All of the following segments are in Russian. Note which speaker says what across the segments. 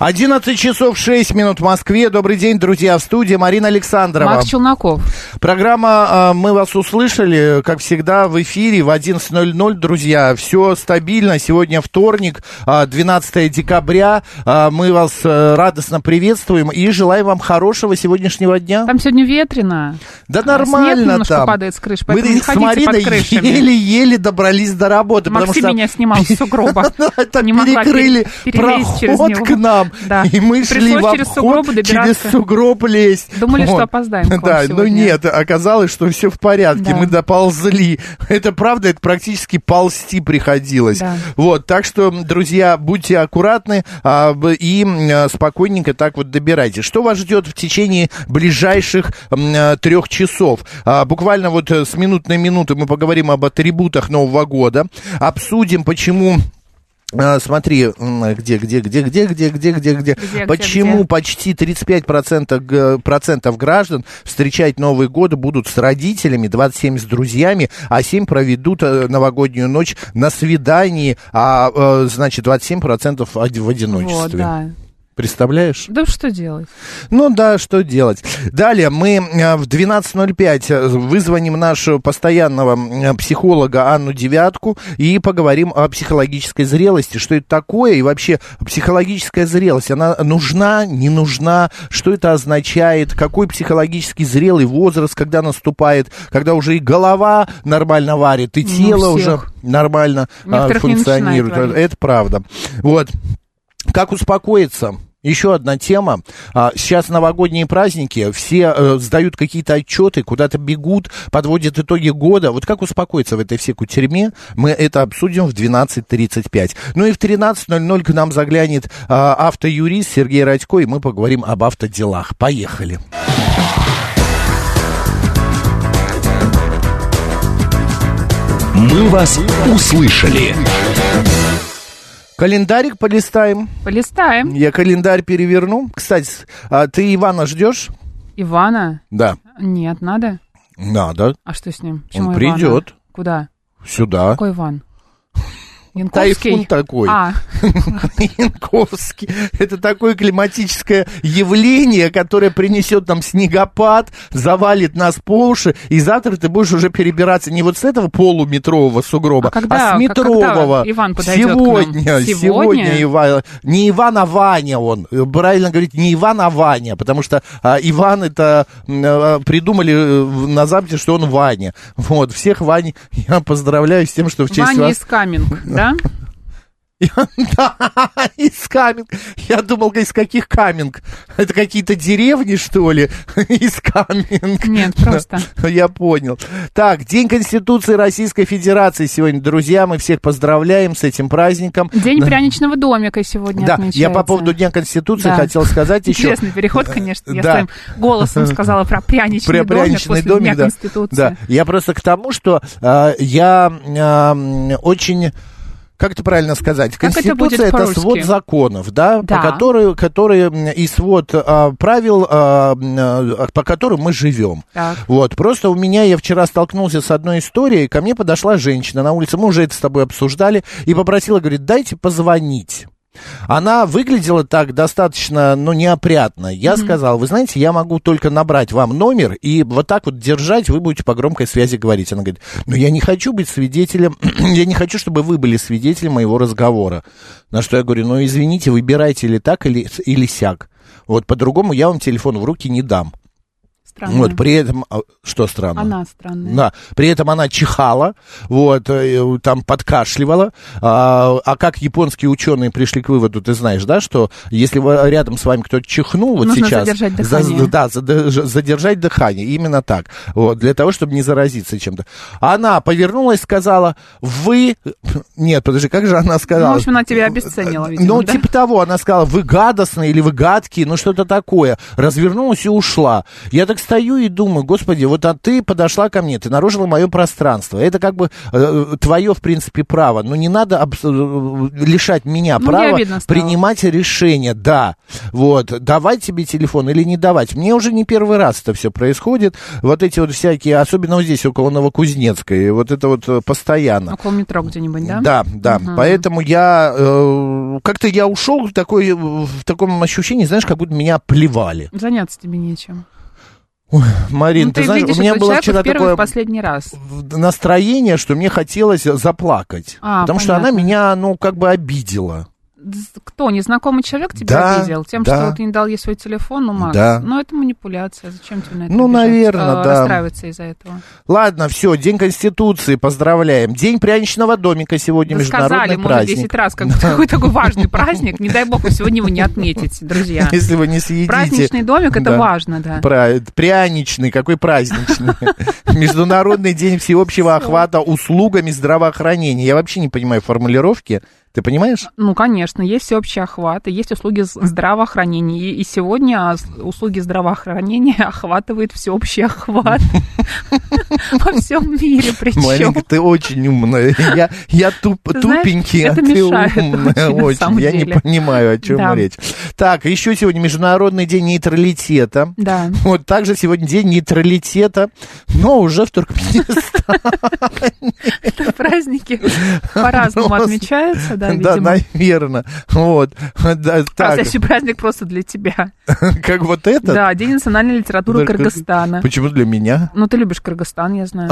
Speaker 1: 11 часов 6 минут в Москве. Добрый день, друзья, в студии Марина Александрова.
Speaker 2: Марк Челноков.
Speaker 1: Программа э, «Мы вас услышали», как всегда, в эфире в 11.00, друзья. Все стабильно. Сегодня вторник, э, 12 декабря. Э, Мы вас э, радостно приветствуем и желаем вам хорошего сегодняшнего дня.
Speaker 2: Там сегодня ветрено.
Speaker 1: Да
Speaker 2: А, снег
Speaker 1: нормально
Speaker 2: немножко
Speaker 1: там.
Speaker 2: падает с крыш,
Speaker 1: Мы
Speaker 2: поэтому не
Speaker 1: с
Speaker 2: ходите
Speaker 1: Мариной
Speaker 2: под крышами.
Speaker 1: еле-еле добрались до работы. потому
Speaker 2: Максим
Speaker 1: что
Speaker 2: меня снимал с сугроба.
Speaker 1: Так
Speaker 2: Не могла
Speaker 1: перекрыли
Speaker 2: пере- перелезть через
Speaker 1: проход
Speaker 2: него.
Speaker 1: к нам,
Speaker 2: Да.
Speaker 1: и мы шли
Speaker 2: Пришлось
Speaker 1: в
Speaker 2: через
Speaker 1: обход,
Speaker 2: сугробы
Speaker 1: через
Speaker 2: добираться.
Speaker 1: сугроб лезть.
Speaker 2: Думали, что опоздаем к вам
Speaker 1: Да, но
Speaker 2: сегодня.
Speaker 1: нет, оказалось, что все в порядке,
Speaker 2: Да.
Speaker 1: мы доползли. Это правда, это практически ползти приходилось.
Speaker 2: Да.
Speaker 1: Вот, так что, друзья, будьте аккуратны а, б- и м, спокойненько так вот добирайтесь. Что вас ждет в течение ближайших м, э, трех часов? А, Буквально вот э, с минут на минуту мы поговорим об атрибутах Нового года, обсудим, почему а, Смотри, м, где, где, где, где, где, где, где, где.
Speaker 2: где,
Speaker 1: Почему
Speaker 2: где?
Speaker 1: почти 35% г- процентов граждан встречать Новый год будут с родителями, 27 с друзьями, а 7 проведут э, новогоднюю ночь на свидании, а, э, значит, 27% од- в
Speaker 2: Вот,
Speaker 1: одиночестве.
Speaker 2: да.
Speaker 1: Представляешь?
Speaker 2: Да что делать?
Speaker 1: Ну да, что делать. Далее мы э, в 12.05 э, вызвоним нашего постоянного э, психолога Анну Девятку и поговорим о психологической зрелости. Что это такое и вообще психологическая зрелость, она нужна, не нужна, что это означает, какой психологически зрелый возраст, когда наступает, когда уже и голова нормально варит, и
Speaker 2: Ну,
Speaker 1: тело уже
Speaker 2: всех.
Speaker 1: нормально э,
Speaker 2: Некоторых не
Speaker 1: функционирует.
Speaker 2: начинает варить.
Speaker 1: это правда. Вот. Как успокоиться? Еще одна тема. А, Сейчас новогодние праздники, все э, сдают какие-то отчеты, куда-то бегут, подводят итоги года. Вот как успокоиться в этой всей кутерьме, мы это обсудим в 12.35. Ну и в 13.00 к нам заглянет а, автоюрист Сергей Радько, и мы поговорим об автоделах. Поехали.
Speaker 3: «Мы вас услышали».
Speaker 1: Календарик полистаем.
Speaker 2: Полистаем.
Speaker 1: Я календарь переверну. Кстати, с- а, ты Ивана ждешь?
Speaker 2: Ивана?
Speaker 1: Да.
Speaker 2: Нет, надо.
Speaker 1: Надо.
Speaker 2: А что с ним? Почему
Speaker 1: Он
Speaker 2: Ивана?
Speaker 1: придет.
Speaker 2: Куда?
Speaker 1: Сюда.
Speaker 2: Какой Иван?
Speaker 1: Тайфун
Speaker 2: Янковский?
Speaker 1: такой.
Speaker 2: А,
Speaker 1: Янковский. Это такое климатическое явление, которое принесет нам снегопад, завалит нас по уши, и завтра ты будешь уже перебираться не вот с этого полуметрового сугроба,
Speaker 2: А когда-
Speaker 1: с метрового.
Speaker 2: когда Иван подойдет к нам?
Speaker 1: сегодня,
Speaker 2: Сегодня?
Speaker 1: сегодня Иван, не Иван, а Ваня он. Правильно говорить, не Иван, а Ваня, потому что а, Иван это м, а, придумали э, в- на Западе, что он Ваня. Вот, всех Вань я поздравляю с тем, что в честь
Speaker 2: Ваня
Speaker 1: вас...
Speaker 2: из Каминг, да?
Speaker 1: Да, из каминг. Я думал, из каких каминг? Это какие-то деревни, что ли? Из каминг.
Speaker 2: Нет, просто.
Speaker 1: Я понял. Так, День Конституции Российской Федерации сегодня, друзья. Мы всех поздравляем с этим праздником.
Speaker 2: День пряничного домика сегодня
Speaker 1: Да,
Speaker 2: отмечается.
Speaker 1: я по поводу Дня Конституции
Speaker 2: Да.
Speaker 1: хотел сказать еще. Э,
Speaker 2: Интересный переход, конечно. Я
Speaker 1: Да.
Speaker 2: своим голосом сказала про пряничный,
Speaker 1: Пря- пряничный
Speaker 2: домик после
Speaker 1: домик,
Speaker 2: Дня
Speaker 1: да.
Speaker 2: Конституции.
Speaker 1: Да, я просто к тому, что а, я а, м, очень... Как это правильно сказать?
Speaker 2: Как это будет
Speaker 1: Конституция это,
Speaker 2: по-русски?
Speaker 1: свод законов, да,
Speaker 2: Да.
Speaker 1: По которые, которые м, и свод а, правил, а, м, а, по которым мы живем.
Speaker 2: Так.
Speaker 1: Вот, просто у меня, я вчера столкнулся с одной историей, ко мне подошла женщина на улице, мы уже это с тобой обсуждали, и попросила, говорит, дайте позвонить. Она выглядела так достаточно, ну, неопрятно. Я сказал, вы знаете, я могу только набрать вам номер и вот так вот держать, вы будете по громкой связи говорить. Она говорит, ну, я не хочу быть свидетелем, я не хочу, чтобы вы были свидетелем моего разговора. На что я говорю, ну, извините, выбирайте или так, или, или сяк. Вот по-другому я вам телефон в руки не дам.
Speaker 2: Странная.
Speaker 1: Вот, при этом, а, что странно?
Speaker 2: Она странная.
Speaker 1: Да, при этом она чихала, вот, э, там подкашливала. А, а как японские ученые пришли к выводу, ты знаешь, да, что если вы- э, рядом с вами кто-то чихнул вот
Speaker 2: Нужно
Speaker 1: сейчас...
Speaker 2: задержать
Speaker 1: за-
Speaker 2: дыхание.
Speaker 1: да, задерж- задержать дыхание, именно так, вот, для того, чтобы не заразиться чем-то. Она повернулась, сказала, вы... Нет, подожди, как же она сказала?
Speaker 2: Ну, в общем, она тебя обесценила, видимо,
Speaker 1: Ну,
Speaker 2: да?
Speaker 1: типа того, она сказала, вы гадостные или вы гадкие, ну что-то такое. Развернулась и ушла. Я так стою и думаю, господи, вот а ты подошла ко мне, ты нарушила мое пространство. Это как бы э, твое, в принципе, право. Но не надо абс- э, лишать меня
Speaker 2: Ну, мне
Speaker 1: права
Speaker 2: обидно стало.
Speaker 1: принимать решение. Да, вот, давать тебе телефон или не давать. Мне уже не первый раз это все происходит. Вот эти вот всякие, особенно вот здесь, около Новокузнецкой, вот это вот э, постоянно.
Speaker 2: Около метро где-нибудь, да?
Speaker 1: Да, да. Поэтому я э, как-то я ушел в, такой, э, в таком ощущении, знаешь, как будто меня плевали.
Speaker 2: Заняться тебе нечем.
Speaker 1: Марин,
Speaker 2: Ну,
Speaker 1: ты, знаешь,
Speaker 2: видишь
Speaker 1: у меня
Speaker 2: этого
Speaker 1: было
Speaker 2: человека
Speaker 1: вчера
Speaker 2: в первый и
Speaker 1: такое
Speaker 2: в последний раз.
Speaker 1: в- настроение, что мне хотелось заплакать.
Speaker 2: А,
Speaker 1: потому что она
Speaker 2: понятно.
Speaker 1: меня, ну, как бы обидела.
Speaker 2: З- Кто, незнакомый человек тебя
Speaker 1: Да,
Speaker 2: обидел? Тем,
Speaker 1: да.
Speaker 2: что ты не дал ей свой телефон, ну, Макс.
Speaker 1: Да.
Speaker 2: Ну, это манипуляция. Зачем тебе на это
Speaker 1: Ну,
Speaker 2: обижаться,
Speaker 1: наверно,
Speaker 2: э,
Speaker 1: да.
Speaker 2: расстраиваться из-за этого?
Speaker 1: Ладно, все, День Конституции, поздравляем. День пряничного домика сегодня,
Speaker 2: Да сказали
Speaker 1: международный
Speaker 2: мы уже
Speaker 1: праздник.
Speaker 2: 10 раз, как бы какой такой важный праздник. Не дай бог вы сегодня его не отметите, друзья.
Speaker 1: Если вы не съедите...
Speaker 2: Праздничный домик, это
Speaker 1: Да.
Speaker 2: важно, да.
Speaker 1: Пра- Пряничный, какой праздничный. Международный день всеобщего охвата услугами здравоохранения. Я вообще не понимаю формулировки. Ты понимаешь?
Speaker 2: Ну, конечно, есть всеобщий охват, и есть услуги з- здравоохранения. И, и сегодня а, с- услуги здравоохранения охватывает всеобщий охват во всем мире причем.
Speaker 1: Маринка, ты очень умная. Я, я туп,
Speaker 2: Ты знаешь,
Speaker 1: тупенький, а
Speaker 2: это
Speaker 1: ты
Speaker 2: мешает
Speaker 1: умная
Speaker 2: очень, на
Speaker 1: очень.
Speaker 2: самом
Speaker 1: Я не
Speaker 2: деле.
Speaker 1: понимаю, о чем
Speaker 2: Да.
Speaker 1: речь. Так, еще сегодня Международный день нейтралитета.
Speaker 2: Да.
Speaker 1: Вот также сегодня день нейтралитета, но уже в Туркменистане.
Speaker 2: Праздники по-разному
Speaker 1: Просто.
Speaker 2: отмечаются, да,
Speaker 1: Да,
Speaker 2: видимо.
Speaker 1: наверное. Вот. Да,
Speaker 2: А
Speaker 1: так,
Speaker 2: следующий праздник просто для тебя.
Speaker 1: как вот это?
Speaker 2: Да, День национальной литературы
Speaker 1: Подожди,
Speaker 2: Кыргызстана.
Speaker 1: Почему для меня?
Speaker 2: Ну, ты любишь Кыргызстан, я знаю.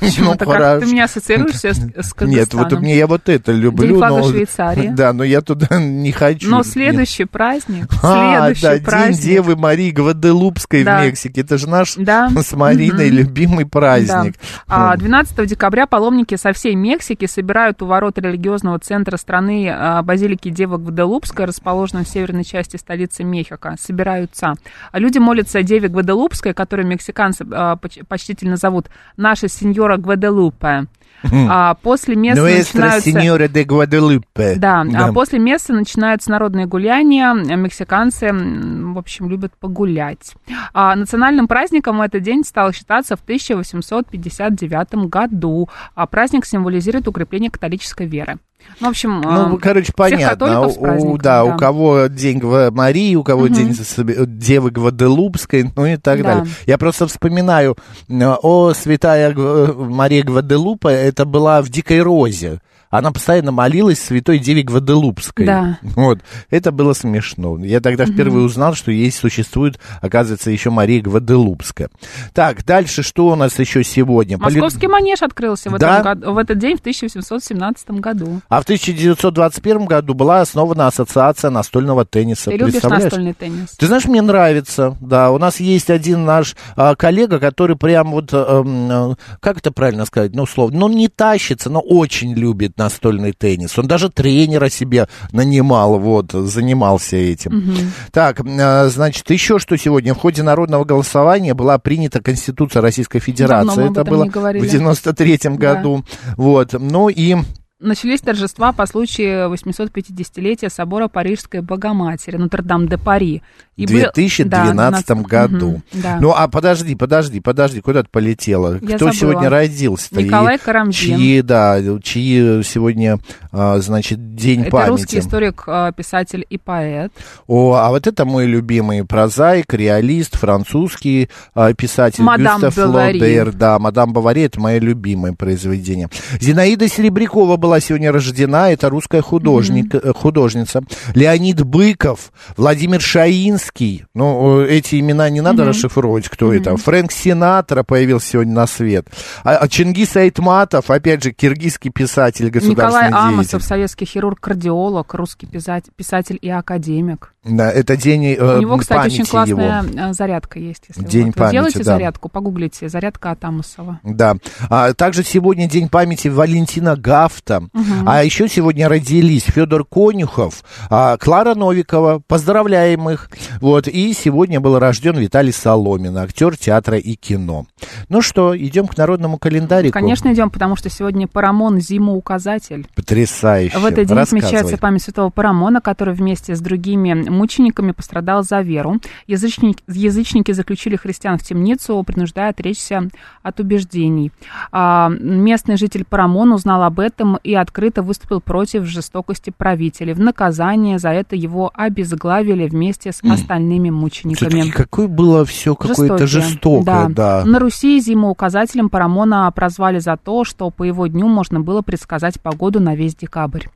Speaker 2: Почему-то
Speaker 1: Ну,
Speaker 2: как
Speaker 1: хорошо.
Speaker 2: ты меня ассоциируешься с, с Кыргызстаном.
Speaker 1: Нет, вот у меня я вот это люблю.
Speaker 2: День флага
Speaker 1: но-
Speaker 2: Швейцарии.
Speaker 1: Да, но я туда не хочу.
Speaker 2: Но
Speaker 1: Нет.
Speaker 2: следующий праздник,
Speaker 1: А,
Speaker 2: следующий
Speaker 1: да,
Speaker 2: праздник.
Speaker 1: День Девы Марии Гваделупской
Speaker 2: Да.
Speaker 1: в Мексике. Это же наш
Speaker 2: Да.
Speaker 1: с Мариной любимый праздник.
Speaker 2: Да. А,
Speaker 1: Вот.
Speaker 2: 12 декабря паломники со всей Мексики собирают у ворот религиозного центра страны а, базилики Девы Гваделупской, расположенной в северной части столицы Мехико. Собираются. А Люди молятся Деве Гваделупской, которую мексиканцы а, поч- почтительно зовут «Наша сеньора Гваделупе».
Speaker 1: Хм.
Speaker 2: А, после
Speaker 1: Ну,
Speaker 2: места
Speaker 1: Нуэстро
Speaker 2: начинаются...
Speaker 1: Сеньора де Гваделупе.
Speaker 2: Да, а после мессы начинаются народные гуляния. Мексиканцы, м, в общем, любят погулять. А национальным праздником этот день стал считаться в 1859 году. А праздник символизирует укрепление католической веры. Ну, в общем,
Speaker 1: Ну,
Speaker 2: э,
Speaker 1: короче, понятно.
Speaker 2: католиков с
Speaker 1: У-
Speaker 2: праздником,
Speaker 1: да,
Speaker 2: да.
Speaker 1: у кого день Гва- Марии, у кого день Соб- Девы Гваделупской, ну и так
Speaker 2: Да.
Speaker 1: далее. Я просто вспоминаю, э, о, святая Гва- э, Мария Гваделупа, это была в Дикой Розе. Она постоянно молилась святой Деве Гваделупской.
Speaker 2: Да.
Speaker 1: Вот. Это было смешно. Я тогда впервые узнал, что есть существует, оказывается, еще Мария Гваделупская. Так, дальше что у нас еще сегодня? Поли-
Speaker 2: Московский манеж открылся в, этом
Speaker 1: Да?
Speaker 2: году- в этот день в 1817 году.
Speaker 1: А в 1921 году была основана ассоциация настольного тенниса.
Speaker 2: Ты любишь
Speaker 1: Представляешь?
Speaker 2: настольный теннис?
Speaker 1: Ты знаешь, мне нравится, да. У нас есть один наш а, коллега, который прям вот, эм, э, как это правильно сказать, ну, условно, ну, не тащится, но очень любит настольный теннис. Он даже тренера себе нанимал, вот, занимался этим. Так, э, значит, еще что сегодня? В ходе народного голосования была принята Конституция Российской Федерации.
Speaker 2: мы об
Speaker 1: это
Speaker 2: этом
Speaker 1: было
Speaker 2: не говорили.
Speaker 1: в 93
Speaker 2: Да.
Speaker 1: году. Вот, ну и...
Speaker 2: Начались торжества по случаю 850-летия собора Парижской Богоматери, Нотр-Дам-де-Пари.
Speaker 1: в
Speaker 2: И был-
Speaker 1: 2012
Speaker 2: да,
Speaker 1: году.
Speaker 2: Мгм, да.
Speaker 1: Ну, а подожди, подожди, подожди, куда ты полетела?
Speaker 2: Я
Speaker 1: Кто
Speaker 2: забыла.
Speaker 1: сегодня родился-то? И
Speaker 2: Николай Карамзин.
Speaker 1: Чьи, да, чьи сегодня, а, значит, день
Speaker 2: Это
Speaker 1: памяти.
Speaker 2: русский историк, э, писатель и поэт.
Speaker 1: О, а вот это мой любимый прозаик, реалист, французский а, писатель
Speaker 2: Мадам
Speaker 1: Гюстав
Speaker 2: Бавари.
Speaker 1: Флобер. Да, «Мадам Бавари» — это мое любимое произведение. Зинаида Серебрякова была сегодня рождена, это русская художник, э, художница. Леонид Быков, Владимир Шаинский, Зеленский. Ну, э, эти имена не надо расшифровывать, кто это. Фрэнк Синатра появился сегодня на свет. А, а Чингис Айтматов, опять же, киргизский писатель, государственный
Speaker 2: Николай
Speaker 1: деятель.
Speaker 2: Амосов, советский хирург-кардиолог, русский писать- писатель и академик.
Speaker 1: Да, это день э,
Speaker 2: У него, кстати,
Speaker 1: памяти
Speaker 2: очень классная
Speaker 1: его.
Speaker 2: э, зарядка есть. Если
Speaker 1: День
Speaker 2: вот
Speaker 1: памяти,
Speaker 2: вы делаете
Speaker 1: да.
Speaker 2: зарядку, погуглите. Зарядка от Амосова.
Speaker 1: Да. А также сегодня день памяти Валентина Гафта. А еще сегодня родились Федор Конюхов, а, Клара Новикова. Поздравляем их. Вот. И сегодня был рожден Виталий Соломин, актер театра и кино. Ну что, идем к народному календарику.
Speaker 2: Конечно, идем, потому что сегодня Парамон зимоуказатель.
Speaker 1: Потрясающе.
Speaker 2: В этот день
Speaker 1: Рассказывай.
Speaker 2: отмечается память святого Парамона, который вместе с другими мучениками пострадал за веру. Язычник- язычники заключили христиан в темницу, принуждая отречься от убеждений. А, местный житель Парамон узнал об этом и открыто выступил против жестокости правителей. В наказание за это его обезглавили вместе с остальными
Speaker 1: Всё-таки
Speaker 2: мучениками.
Speaker 1: какое было все какое-то
Speaker 2: Жестокие. Ну,
Speaker 1: жестокое, да.
Speaker 2: На Руси зимоуказателем Парамона прозвали за то, что по его дню можно было предсказать погоду на весь декабрь.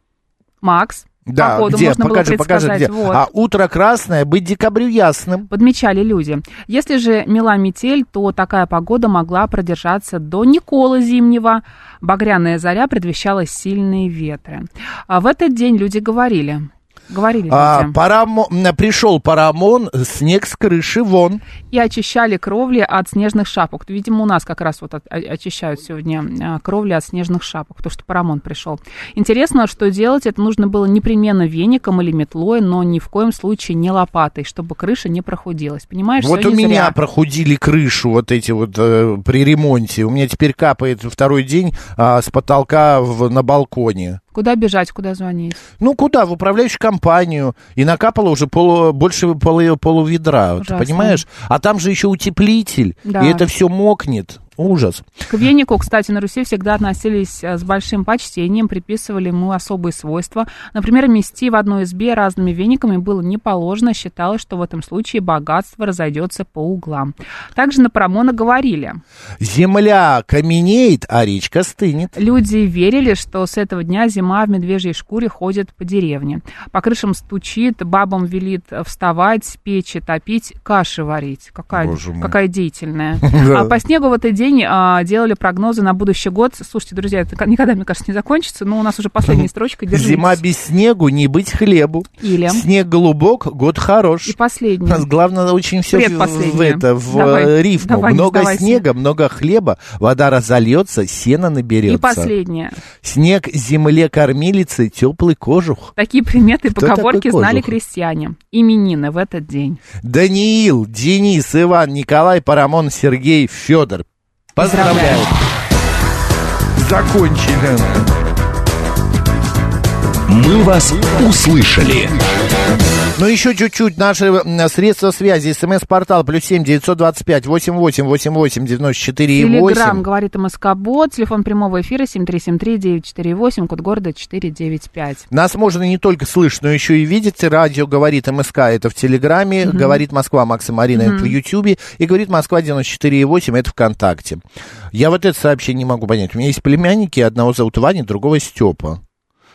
Speaker 2: Макс,
Speaker 1: Да,
Speaker 2: погоду
Speaker 1: где?
Speaker 2: можно
Speaker 1: Покажи,
Speaker 2: было
Speaker 1: покажи,
Speaker 2: предсказать.
Speaker 1: где.
Speaker 2: Вот.
Speaker 1: А утро красное, быть декабрю ясным.
Speaker 2: Подмечали люди. Если же мела метель, то такая погода могла продержаться до Никола Зимнего. Багряная заря предвещала сильные ветры. А в этот день люди говорили. Говорили
Speaker 1: А,
Speaker 2: люди.
Speaker 1: парамо- м, Пришел парамон, снег с крыши вон.
Speaker 2: И очищали кровли от снежных шапок. Видимо, у нас как раз вот от- о- очищают сегодня а, кровли от снежных шапок, потому что Парамон пришел. Интересно, что делать это нужно было непременно веником или метлой, но ни в коем случае не лопатой, чтобы крыша не прохудилась. Понимаешь,
Speaker 1: Вот
Speaker 2: всё
Speaker 1: у
Speaker 2: А не
Speaker 1: меня
Speaker 2: зря.
Speaker 1: прохудили крышу вот эти вот э, при ремонте. У меня теперь капает второй день а, с потолка в- на балконе.
Speaker 2: Куда бежать, куда звонить?
Speaker 1: Ну куда? В управляющую компанию. И накапало уже полу, больше полу, полуведра. вот, Ты
Speaker 2: Ужасно.
Speaker 1: понимаешь? А там же еще утеплитель.
Speaker 2: Да.
Speaker 1: И это все мокнет. Ужас.
Speaker 2: К венику, кстати, на Руси всегда относились э, с большим почтением, приписывали ему особые свойства. Например, мести в одной избе разными вениками было не положено, считалось, что в этом случае богатство разойдется по углам. Также на Парамона говорили.
Speaker 1: Земля каменеет, а речка стынет.
Speaker 2: Люди верили, что с этого дня зима в медвежьей шкуре ходит по деревне. По крышам стучит, бабам велит вставать, печи топить, каши варить. Какая,
Speaker 1: Боже мой.
Speaker 2: какая деятельная.
Speaker 1: Да.
Speaker 2: А по снегу в этот день а, делали прогнозы на будущий год. Слушайте, друзья, это ка- никогда, мне кажется, не закончится, но у нас уже последняя строчка. Держитесь.
Speaker 1: Зима без снегу, не быть хлебу.
Speaker 2: Или.
Speaker 1: Снег глубок, год хорош.
Speaker 2: И
Speaker 1: У
Speaker 2: последняя.
Speaker 1: нас главное очень все в,
Speaker 2: Предпоследнее.
Speaker 1: в это, в
Speaker 2: Давай,
Speaker 1: э, рифму.
Speaker 2: давай, не
Speaker 1: много
Speaker 2: сдавайся.
Speaker 1: снега, много хлеба, вода разольется, сено наберется.
Speaker 2: И последняя.
Speaker 1: Снег земле кормилицы, теплый кожух.
Speaker 2: Такие приметы и
Speaker 1: Кто такой
Speaker 2: поговорки знали
Speaker 1: кожух?
Speaker 2: крестьяне. Именины в этот день.
Speaker 1: Даниил, Денис, Иван, Николай, Парамон, Сергей, Федор. Поздравляю. Закончили.
Speaker 3: «Мы вас услышали».
Speaker 1: Ну, еще чуть-чуть. Наши м, средства связи. СМС-портал плюс семь девятьсот двадцать пять восемь восемь восемь восемь девяносто четыре и
Speaker 2: Телеграмм,
Speaker 1: восемь.
Speaker 2: говорит МСК Бот, телефон прямого эфира 7373948, код города 495.
Speaker 1: Нас можно не только слышать, но еще и видеть. Радио говорит МСК, это в Телеграме, говорит Москва Макс и Марина, это в Ютьюбе, и говорит Москва 94,8, это ВКонтакте. Я вот это сообщение не могу понять. У меня есть племянники, одного зовут Ваня, другого Степа.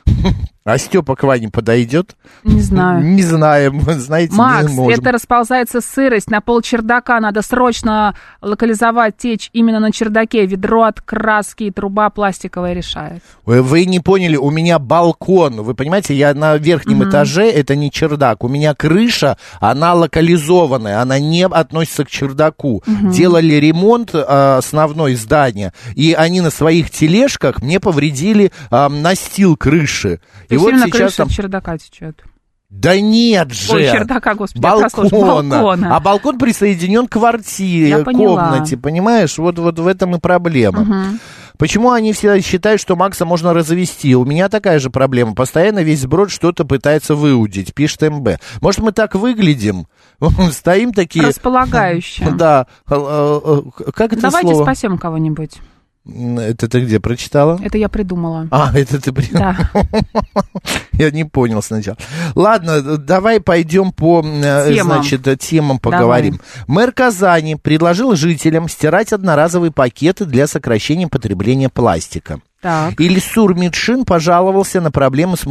Speaker 1: А Степа к Ване подойдет?
Speaker 2: Не знаю.
Speaker 1: Не знаем, знаете,
Speaker 2: Макс,
Speaker 1: не можем.
Speaker 2: это расползается сырость на пол чердака. Надо срочно локализовать течь именно на чердаке. Ведро от краски и труба пластиковая решает.
Speaker 1: Ой, Вы не поняли, у меня балкон, вы понимаете, я на верхнем этаже, это не чердак, у меня крыша, она локализованная, она не относится к чердаку. Делали ремонт а, основной здания, и они на своих тележках мне повредили а, настил крыши.
Speaker 2: То
Speaker 1: и
Speaker 2: есть
Speaker 1: вот
Speaker 2: именно
Speaker 1: сейчас
Speaker 2: крыша
Speaker 1: там...
Speaker 2: от чердака течет.
Speaker 1: Да нет же!
Speaker 2: Ой, чердака, господи, я
Speaker 1: Балкона.
Speaker 2: прослушала. Балкона.
Speaker 1: А балкон присоединен к
Speaker 2: Я
Speaker 1: квартире,
Speaker 2: поняла.
Speaker 1: комнате, понимаешь? Вот, вот в этом и проблема. Почему они всегда считают, что Макса можно разовести? У меня такая же проблема. Постоянно весь сброд что-то пытается выудить, пишет МБ. Может, мы так выглядим? Стоим такие...
Speaker 2: Располагающая.
Speaker 1: Да. э, э, э, Как это
Speaker 2: Давайте
Speaker 1: слово?
Speaker 2: спасем кого-нибудь.
Speaker 1: М, Это ты где, прочитала?
Speaker 2: Это я придумала.
Speaker 1: А, это ты... при-
Speaker 2: Да,
Speaker 1: Я не понял сначала. Ладно, давай пойдем по, э,
Speaker 2: Темам.
Speaker 1: значит, э, темам поговорим. Мэр Казани предложил жителям стирать одноразовые пакеты для сокращения потребления пластика.
Speaker 2: Так.
Speaker 1: Ильсур Мидшин пожаловался на проблемы с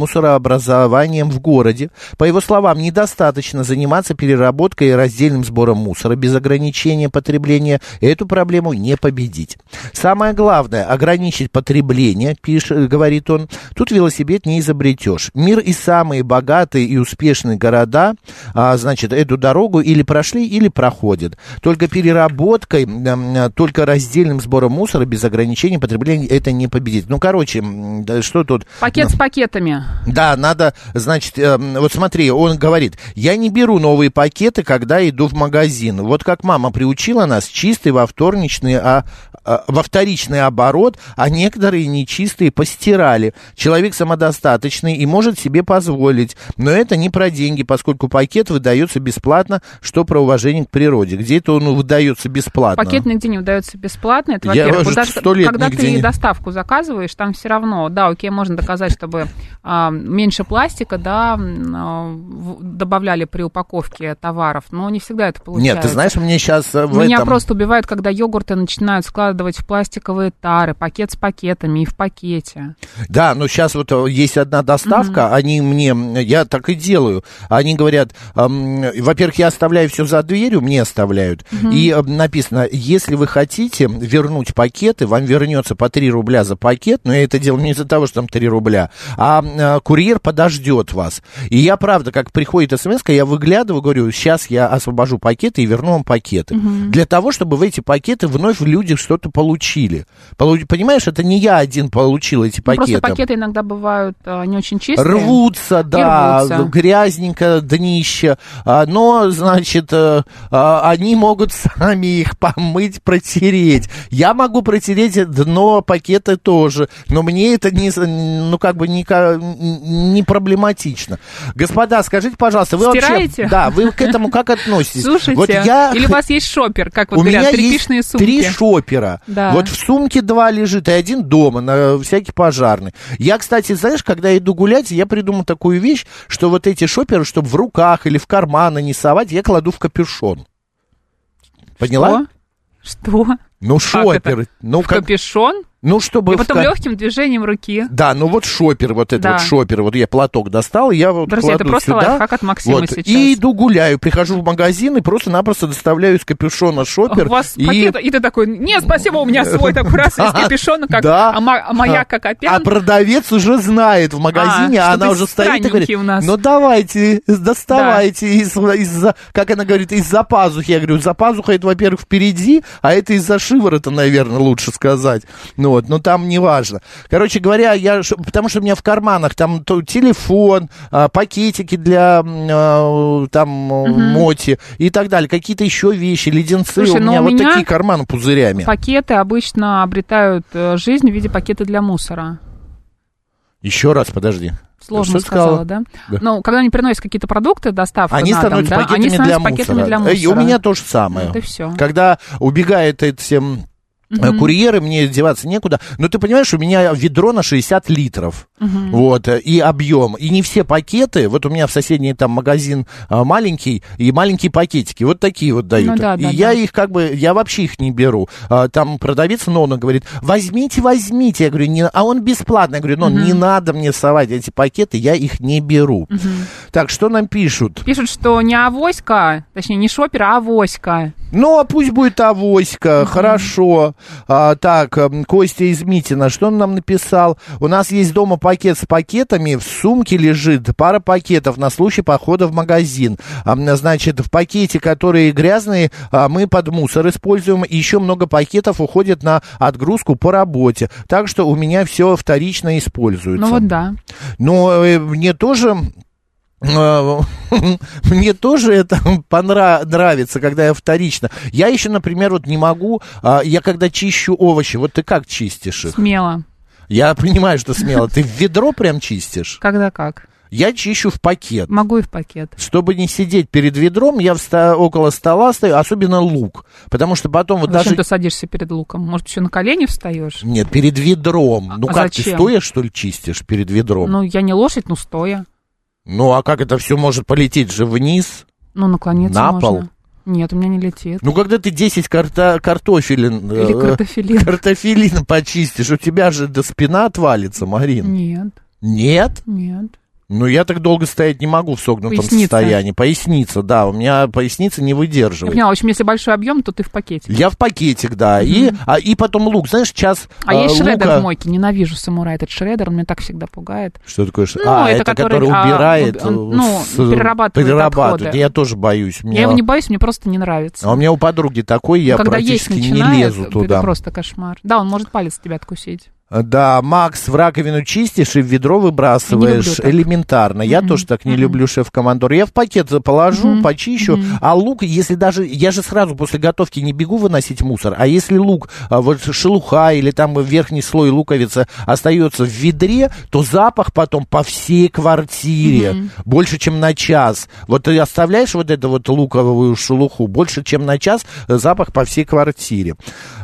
Speaker 1: мусорообразованием в городе. По его словам, недостаточно заниматься переработкой и раздельным сбором мусора без ограничения потребления. Эту проблему не победить. Самое главное – ограничить потребление, пишет, говорит он. Тут велосипед не изобретешь. Мир и самые богатые и успешные города, а, значит, эту дорогу или прошли, или проходят. Только переработкой, м, м, только раздельным сбором мусора без ограничения потребления это не победить. Ну, короче, м, да что тут?
Speaker 2: Пакет с пакетами.
Speaker 1: Да, надо, значит, эм, вот смотри, он говорит, я не беру новые пакеты, когда иду в магазин. Вот как мама приучила нас, чистый во вторничный, а, а, во вторичный оборот, а некоторые нечистые постирали. Человек самодостаточный и может себе позволить, но это не про деньги, поскольку пакет выдается бесплатно, что про уважение к природе. Где это он выдается бесплатно?
Speaker 2: Пакет нигде не выдается бесплатно. Это,
Speaker 1: Я
Speaker 2: во-первых,
Speaker 1: уже
Speaker 2: Куда-
Speaker 1: сто лет
Speaker 2: когда
Speaker 1: нигде
Speaker 2: ты
Speaker 1: не-
Speaker 2: доставку заказываешь, там все равно, да, окей, можно доказать, чтобы а, меньше пластика, да, м, а, в- добавляли при упаковке товаров, но не всегда это получается.
Speaker 1: Нет, ты знаешь, мне сейчас в
Speaker 2: Меня
Speaker 1: этом...
Speaker 2: просто убивают, когда йогурты начинают складывать в пластиковые тары, пакет с пакетами и в пакете.
Speaker 1: Да, но сейчас вот э, есть одна доставка, они мне, м, я так и делаю, они говорят, ам, во-первых, я оставляю все за дверью, мне оставляют, и э, написано, если вы хотите вернуть пакеты, вам вернется по 3 рубля за пакет, но я это делаю не из-за того, что там 3 рубля, а м, э, курьер подождет вас. И я, правда, как приходит смс, я выглядываю, говорю, сейчас я освобожу пакеты и верну вам пакеты. Для того, чтобы в эти пакеты вновь люди что-то получили. Полу- Понимаешь, это не я один получил эти
Speaker 2: Ну,
Speaker 1: пакеты.
Speaker 2: Просто пакеты иногда бывают а, не очень чистые.
Speaker 1: Рвутся, да,
Speaker 2: рвутся.
Speaker 1: грязненько, днище. А, Но, значит, э, а, они могут сами их помыть, протереть. Я могу протереть дно пакета тоже, но мне это не, за- ну, как бы не, ка- не проблематично. Господа, скажите, пожалуйста, вы
Speaker 2: Стираете?
Speaker 1: вообще... Да, вы к этому как относитесь?
Speaker 2: Слушайте,
Speaker 1: вот я...
Speaker 2: или у вас есть шопер, как вот
Speaker 1: у
Speaker 2: говорят,
Speaker 1: меня
Speaker 2: тряпичные
Speaker 1: есть
Speaker 2: сумки.
Speaker 1: три шопера.
Speaker 2: Да.
Speaker 1: Вот в сумке два лежит, и один дома, на всякий пожарный. Я, кстати, знаешь, когда иду гулять, я придумал такую вещь, что вот эти шоперы, чтобы в руках или в карманы не совать, я кладу в капюшон. Поняла?
Speaker 2: Что? Что?
Speaker 1: Ну,
Speaker 2: Как
Speaker 1: шоперы. Ну, как,
Speaker 2: Капюшон?
Speaker 1: ну, чтобы...
Speaker 2: И
Speaker 1: в
Speaker 2: потом
Speaker 1: ка-
Speaker 2: легким движением руки.
Speaker 1: Да, ну вот шопер, вот это
Speaker 2: Да.
Speaker 1: вот шопер, вот я платок достал, и я вот
Speaker 2: Друзья, это
Speaker 1: кладу
Speaker 2: просто
Speaker 1: сюда,
Speaker 2: лайфхак от Максима
Speaker 1: вот,
Speaker 2: сейчас.
Speaker 1: и иду гуляю, прихожу в магазин и просто-напросто доставляю из капюшона шопер.
Speaker 2: У вас
Speaker 1: и...
Speaker 2: пакет, и ты такой, не, спасибо, у меня свой такой раз, из капюшона, как,
Speaker 1: да.
Speaker 2: а, ма- а моя как
Speaker 1: А
Speaker 2: опять.
Speaker 1: продавец уже знает в магазине, а,
Speaker 2: что
Speaker 1: она
Speaker 2: ты
Speaker 1: уже стоит и говорит,
Speaker 2: странненький у нас.
Speaker 1: ну давайте, доставайте из, из-за, как она говорит, из-за пазухи. Я говорю, за пазухой это, во-первых, впереди, а это из-за шиворота, наверное, лучше сказать. Ну вот, но там не важно. Короче говоря, я, ш- потому что у меня в карманах там то телефон, а, пакетики для м, а, там э, моти и так далее, какие-то еще вещи, леденцы.
Speaker 2: Слушай,
Speaker 1: у
Speaker 2: но
Speaker 1: меня
Speaker 2: у
Speaker 1: вот
Speaker 2: меня
Speaker 1: такие карманы пузырями.
Speaker 2: Пакеты обычно обретают э, жизнь в виде пакета для мусора.
Speaker 1: Еще раз, подожди.
Speaker 2: Сложно
Speaker 1: Что ты сказала?
Speaker 2: сказала, да?
Speaker 1: Да.
Speaker 2: Ну, когда они приносят какие-то продукты, доставку
Speaker 1: Они
Speaker 2: на дом,
Speaker 1: становятся
Speaker 2: да,
Speaker 1: пакетами,
Speaker 2: они становятся
Speaker 1: для,
Speaker 2: пакетами
Speaker 1: мусора.
Speaker 2: для
Speaker 1: Э, и
Speaker 2: мусора.
Speaker 1: у меня то же самое.
Speaker 2: Вот и всё.
Speaker 1: Когда убегает эти всем э, курьеры, мне деваться некуда. Но ты понимаешь, у меня ведро на 60 литров. Вот, э, и объем. И не все пакеты. Вот у меня в соседний там магазин а, маленький, и маленькие пакетики. Вот такие вот дают.
Speaker 2: Ну да,
Speaker 1: и
Speaker 2: да,
Speaker 1: я
Speaker 2: да.
Speaker 1: их как бы, я вообще их не беру. А, Там продавец Нона говорит, возьмите, возьмите. Я говорю, не, а он бесплатно. Я говорю, Нон, не надо мне совать эти пакеты, я их не беру. Так, что нам пишут?
Speaker 2: Пишут, что не авоська, точнее, не шопер, а авоська.
Speaker 1: Ну, а пусть будет авоська, хорошо. А, так, эм, Костя из Митина, что он нам написал? У нас есть дома пакет с пакетами, в сумке лежит пара пакетов на случай похода в магазин. А, м, значит, в пакете, которые грязные, а, мы под мусор используем. Еще много пакетов уходит на отгрузку по работе. Так что у меня все вторично используется.
Speaker 2: Ну вот да.
Speaker 1: Но э, мне тоже... э, Мне тоже это понра- нравится, когда я вторично. Я еще, например, вот не могу, а, я когда чищу овощи, вот ты как чистишь их?
Speaker 2: Смело.
Speaker 1: Я понимаю, что смело. Ты в ведро прям чистишь?
Speaker 2: Когда как.
Speaker 1: Я чищу в пакет.
Speaker 2: Могу и в пакет.
Speaker 1: Чтобы не сидеть перед ведром, я вста- около стола стою, особенно лук. Потому что потом вот
Speaker 2: А Зачем
Speaker 1: даже...
Speaker 2: ты садишься перед луком? Может, еще на колени встаешь?
Speaker 1: Нет, перед ведром. Ну
Speaker 2: а
Speaker 1: как, ты
Speaker 2: зачем?
Speaker 1: стоя, что ли, чистишь перед ведром?
Speaker 2: Ну, я не лошадь, но стоя.
Speaker 1: Ну а как это все может полететь же вниз?
Speaker 2: Ну, наклониться
Speaker 1: На
Speaker 2: можно.
Speaker 1: пол?
Speaker 2: Нет, у меня не летит.
Speaker 1: Ну, когда ты 10 карта- картофелин...
Speaker 2: Или
Speaker 1: э,
Speaker 2: картофелин.
Speaker 1: картофелина почистишь, у тебя же до спина отвалится, Марин.
Speaker 2: Нет,
Speaker 1: Нет?
Speaker 2: нет.
Speaker 1: Ну, я так долго стоять не могу в согнутом
Speaker 2: Поясница.
Speaker 1: состоянии. Поясница, да, у меня поясница не
Speaker 2: Я
Speaker 1: выдерживает.
Speaker 2: поняла, в общем, если большой объем, то ты в пакете.
Speaker 1: Я в пакетик, да. И, а, и потом лук. Знаешь, сейчас
Speaker 2: А я есть шредер
Speaker 1: лука...
Speaker 2: в мойке, ненавижу самурай этот шредер, он меня так всегда пугает.
Speaker 1: Что такое? ш-
Speaker 2: Ну,
Speaker 1: а,
Speaker 2: это
Speaker 1: это, который,
Speaker 2: который, а,
Speaker 1: убирает.
Speaker 2: он-
Speaker 1: э,
Speaker 2: ну, перерабатывает
Speaker 1: перерабатывает.
Speaker 2: отходы.
Speaker 1: Я тоже боюсь.
Speaker 2: Я
Speaker 1: Мне-
Speaker 2: его не боюсь, мне просто не нравится.
Speaker 1: А у меня у подруги такой, я
Speaker 2: Когда есть
Speaker 1: практически
Speaker 2: начинает,
Speaker 1: не лезу туда.
Speaker 2: это просто кошмар. Да, он может палец тебя откусить.
Speaker 1: Э, Да, Макс, в раковину чистишь и в
Speaker 2: Я
Speaker 1: ведро
Speaker 2: не люблю
Speaker 1: выбрасываешь
Speaker 2: так.
Speaker 1: элементарно. Я тоже так не люблю шеф-командор. Я в пакет положу, почищу. А лук, если даже... Я же сразу после готовки не бегу выносить мусор. А если лук, а, вот шелуха или там верхний слой луковицы остается в ведре, то запах потом по всей квартире. Больше, чем на час. Вот ты оставляешь вот эту вот луковую шелуху больше, чем на час, э, запах по всей квартире.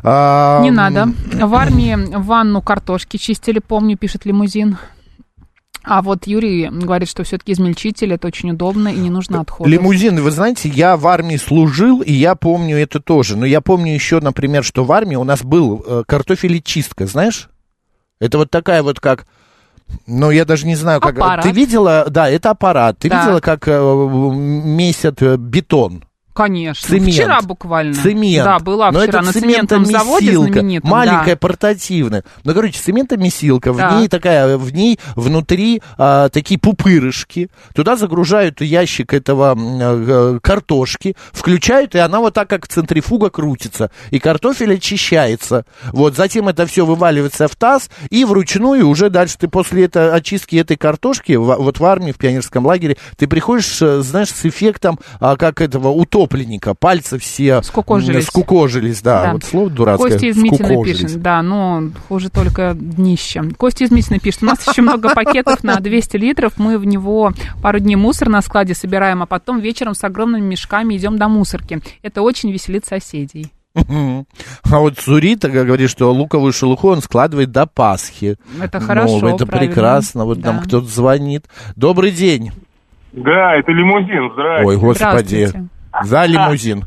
Speaker 1: А,
Speaker 2: Не надо. В армии ванну картошки чистили, помню, пишет лимузин. А вот Юрий говорит, что все-таки измельчитель, это очень удобно и не нужно отходов.
Speaker 1: Э, Лимузин, вы знаете, я в армии служил, и я помню это тоже. Но я помню еще, например, что в армии у нас был э, картофелечистка, знаешь? Это вот такая вот как... Ну, я даже не знаю, как...
Speaker 2: Аппарат.
Speaker 1: Ты видела, да, это аппарат. Ты
Speaker 2: Так.
Speaker 1: видела, как э, месят э, бетон?
Speaker 2: Конечно.
Speaker 1: Цемент.
Speaker 2: Вчера буквально.
Speaker 1: Цемент.
Speaker 2: Да, была
Speaker 1: Но
Speaker 2: вчера
Speaker 1: это
Speaker 2: на цементном заводе
Speaker 1: цементомесилка,
Speaker 2: знаменитом. да.
Speaker 1: Маленькая, портативная. Ну, короче, цементомесилка,
Speaker 2: Так.
Speaker 1: в ней такая, в ней внутри а, такие пупырышки. Туда загружают ящик этого м, э, картошки, включают, и она вот так, как центрифуга, крутится. И картофель очищается. Вот, затем это все вываливается в таз, и вручную уже дальше ты после это, очистки этой картошки, в- вот в армии, в пионерском лагере, ты приходишь, э, знаешь, с эффектом, а, как этого утопленника. Пальцы все... м,
Speaker 2: Скукожились.
Speaker 1: Скукожились, да.
Speaker 2: Да.
Speaker 1: а, Вот слово дурацкое.
Speaker 2: Костя из Митина
Speaker 1: скукожились.
Speaker 2: пишет, да, но хуже только днище. Костя из Митина пишет, у нас еще много пакетов на 200 литров, мы в него пару дней мусор на складе собираем, а потом вечером с огромными мешками идем до мусорки. Это очень веселит соседей.
Speaker 1: Мгм. А вот Цурита говорит, что луковую шелуху он складывает до Пасхи.
Speaker 2: Это хорошо,
Speaker 1: Ну, это
Speaker 2: правильно.
Speaker 1: прекрасно. Вот нам
Speaker 2: Да.
Speaker 1: кто-то звонит. Добрый день.
Speaker 4: Да, это лимузин, здравствуйте. А,
Speaker 1: Ой, господи.
Speaker 2: Здравствуйте.
Speaker 1: За лимузин.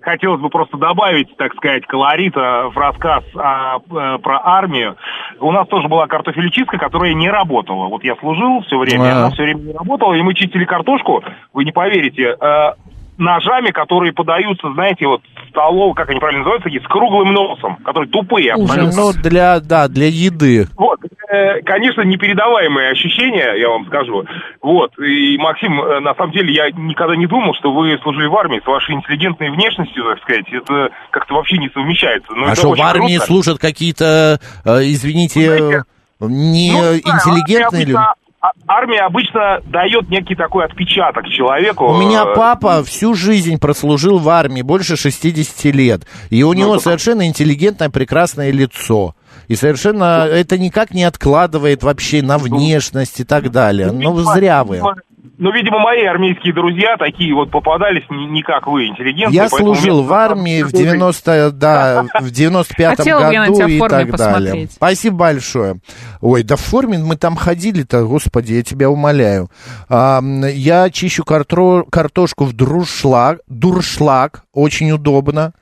Speaker 4: Хотелось бы просто добавить, так сказать, колорита в рассказ о, э, про армию. У нас тоже была картофелечистка, которая не работала. Вот я служил все время,
Speaker 1: А.
Speaker 4: она все время не работала, и мы чистили картошку, вы не поверите, э, ножами, которые подаются, знаете, вот столов, как они правильно называются, такие, с круглым носом, которые тупые
Speaker 2: Ужас.
Speaker 4: абсолютно.
Speaker 1: Ну, для, да, для еды.
Speaker 4: Вот, э, конечно, непередаваемые ощущения, я вам скажу. Вот, и, Максим, э, на самом деле, я никогда не думал, что вы служили в армии с вашей интеллигентной внешностью, так сказать. Это как-то вообще не совмещается.
Speaker 1: а
Speaker 4: Но Ну, это
Speaker 1: что, в
Speaker 4: очень
Speaker 1: армии
Speaker 4: круто. Ну,
Speaker 1: служат какие-то, э, извините,
Speaker 4: Знаете,
Speaker 1: не
Speaker 4: Ну, не знаю,
Speaker 1: интеллигентные
Speaker 4: армия
Speaker 1: люди?
Speaker 4: обычно- а- Армия обычно дает некий такой отпечаток человеку.
Speaker 1: У меня
Speaker 4: Э,
Speaker 1: папа всю жизнь прослужил в армии, больше 60 лет. И у него
Speaker 4: Ну, да.
Speaker 1: совершенно интеллигентное, прекрасное лицо. И
Speaker 4: Ну,
Speaker 1: совершенно это никак не откладывает вообще на внешность и так далее. Ну,
Speaker 4: видимо,
Speaker 1: зря вы.
Speaker 4: видимо, Ну, видимо, мои армейские друзья такие вот попадались, не, не как вы, интеллигентные.
Speaker 1: Я
Speaker 4: поэтому
Speaker 1: служил
Speaker 4: мне-
Speaker 1: в армии в 90, да, в 95
Speaker 2: Хотела бы я на
Speaker 1: году
Speaker 2: тебя в
Speaker 1: и
Speaker 2: форме
Speaker 1: так далее.
Speaker 2: посмотреть.
Speaker 1: Спасибо большое. Ой, да в форме мы там ходили-то, господи, я тебя умоляю. А, м, я чищу картро- картошку в дуршлаг, дуршлаг, очень удобно.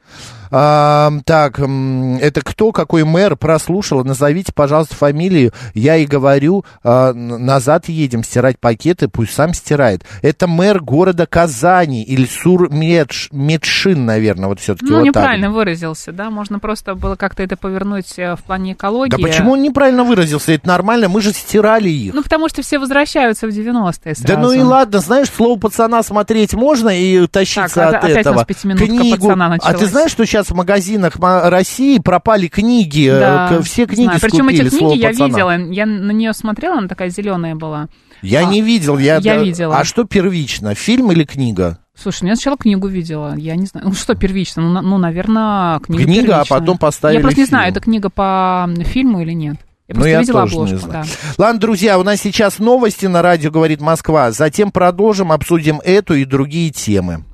Speaker 1: А, так, м, это кто, какой мэр прослушал? Назовите, пожалуйста, фамилию. Я и говорю, а, н- назад едем стирать пакеты, пусть сам стирает. Это мэр города Казани, Ильсур Медш, Медшин, наверное, вот все-таки
Speaker 2: Ну,
Speaker 1: вот так.
Speaker 2: неправильно выразился, да, можно просто было как-то это повернуть э, в плане экологии.
Speaker 1: Да почему он неправильно выразился? Это нормально, мы же стирали их.
Speaker 2: Ну, потому что все возвращаются в 90-е сразу.
Speaker 1: Да ну и ладно, знаешь, слово пацана смотреть можно и тащиться
Speaker 2: Так, а-
Speaker 1: от
Speaker 2: опять у нас
Speaker 1: этого.
Speaker 2: пятиминутка пацана
Speaker 1: а
Speaker 2: началась.
Speaker 1: ты знаешь, что сейчас в магазинах ма- России пропали книги, э,
Speaker 2: Да,
Speaker 1: к- все книги
Speaker 2: знаю. Причем
Speaker 1: скупили
Speaker 2: эти книги
Speaker 1: слово
Speaker 2: я
Speaker 1: пацана.
Speaker 2: видела, я на нее смотрела, она такая зеленая была.
Speaker 1: Я
Speaker 2: А,
Speaker 1: не видел, я,
Speaker 2: я видела.
Speaker 1: А что первично, фильм или книга?
Speaker 2: Слушай, ну я сначала книгу видела, я не знаю, ну что первично, ну, на- ну наверное, книга
Speaker 1: Книга, а
Speaker 2: первичная.
Speaker 1: потом поставили
Speaker 2: Я просто не знаю,
Speaker 1: фильм.
Speaker 2: это книга по фильму или нет. Я
Speaker 1: Ну,
Speaker 2: просто
Speaker 1: я
Speaker 2: видела
Speaker 1: тоже не
Speaker 2: обложку,
Speaker 1: знаю.
Speaker 2: да.
Speaker 1: Ладно, друзья, у нас сейчас новости на радио говорит Москва. Затем продолжим, обсудим эту и другие темы.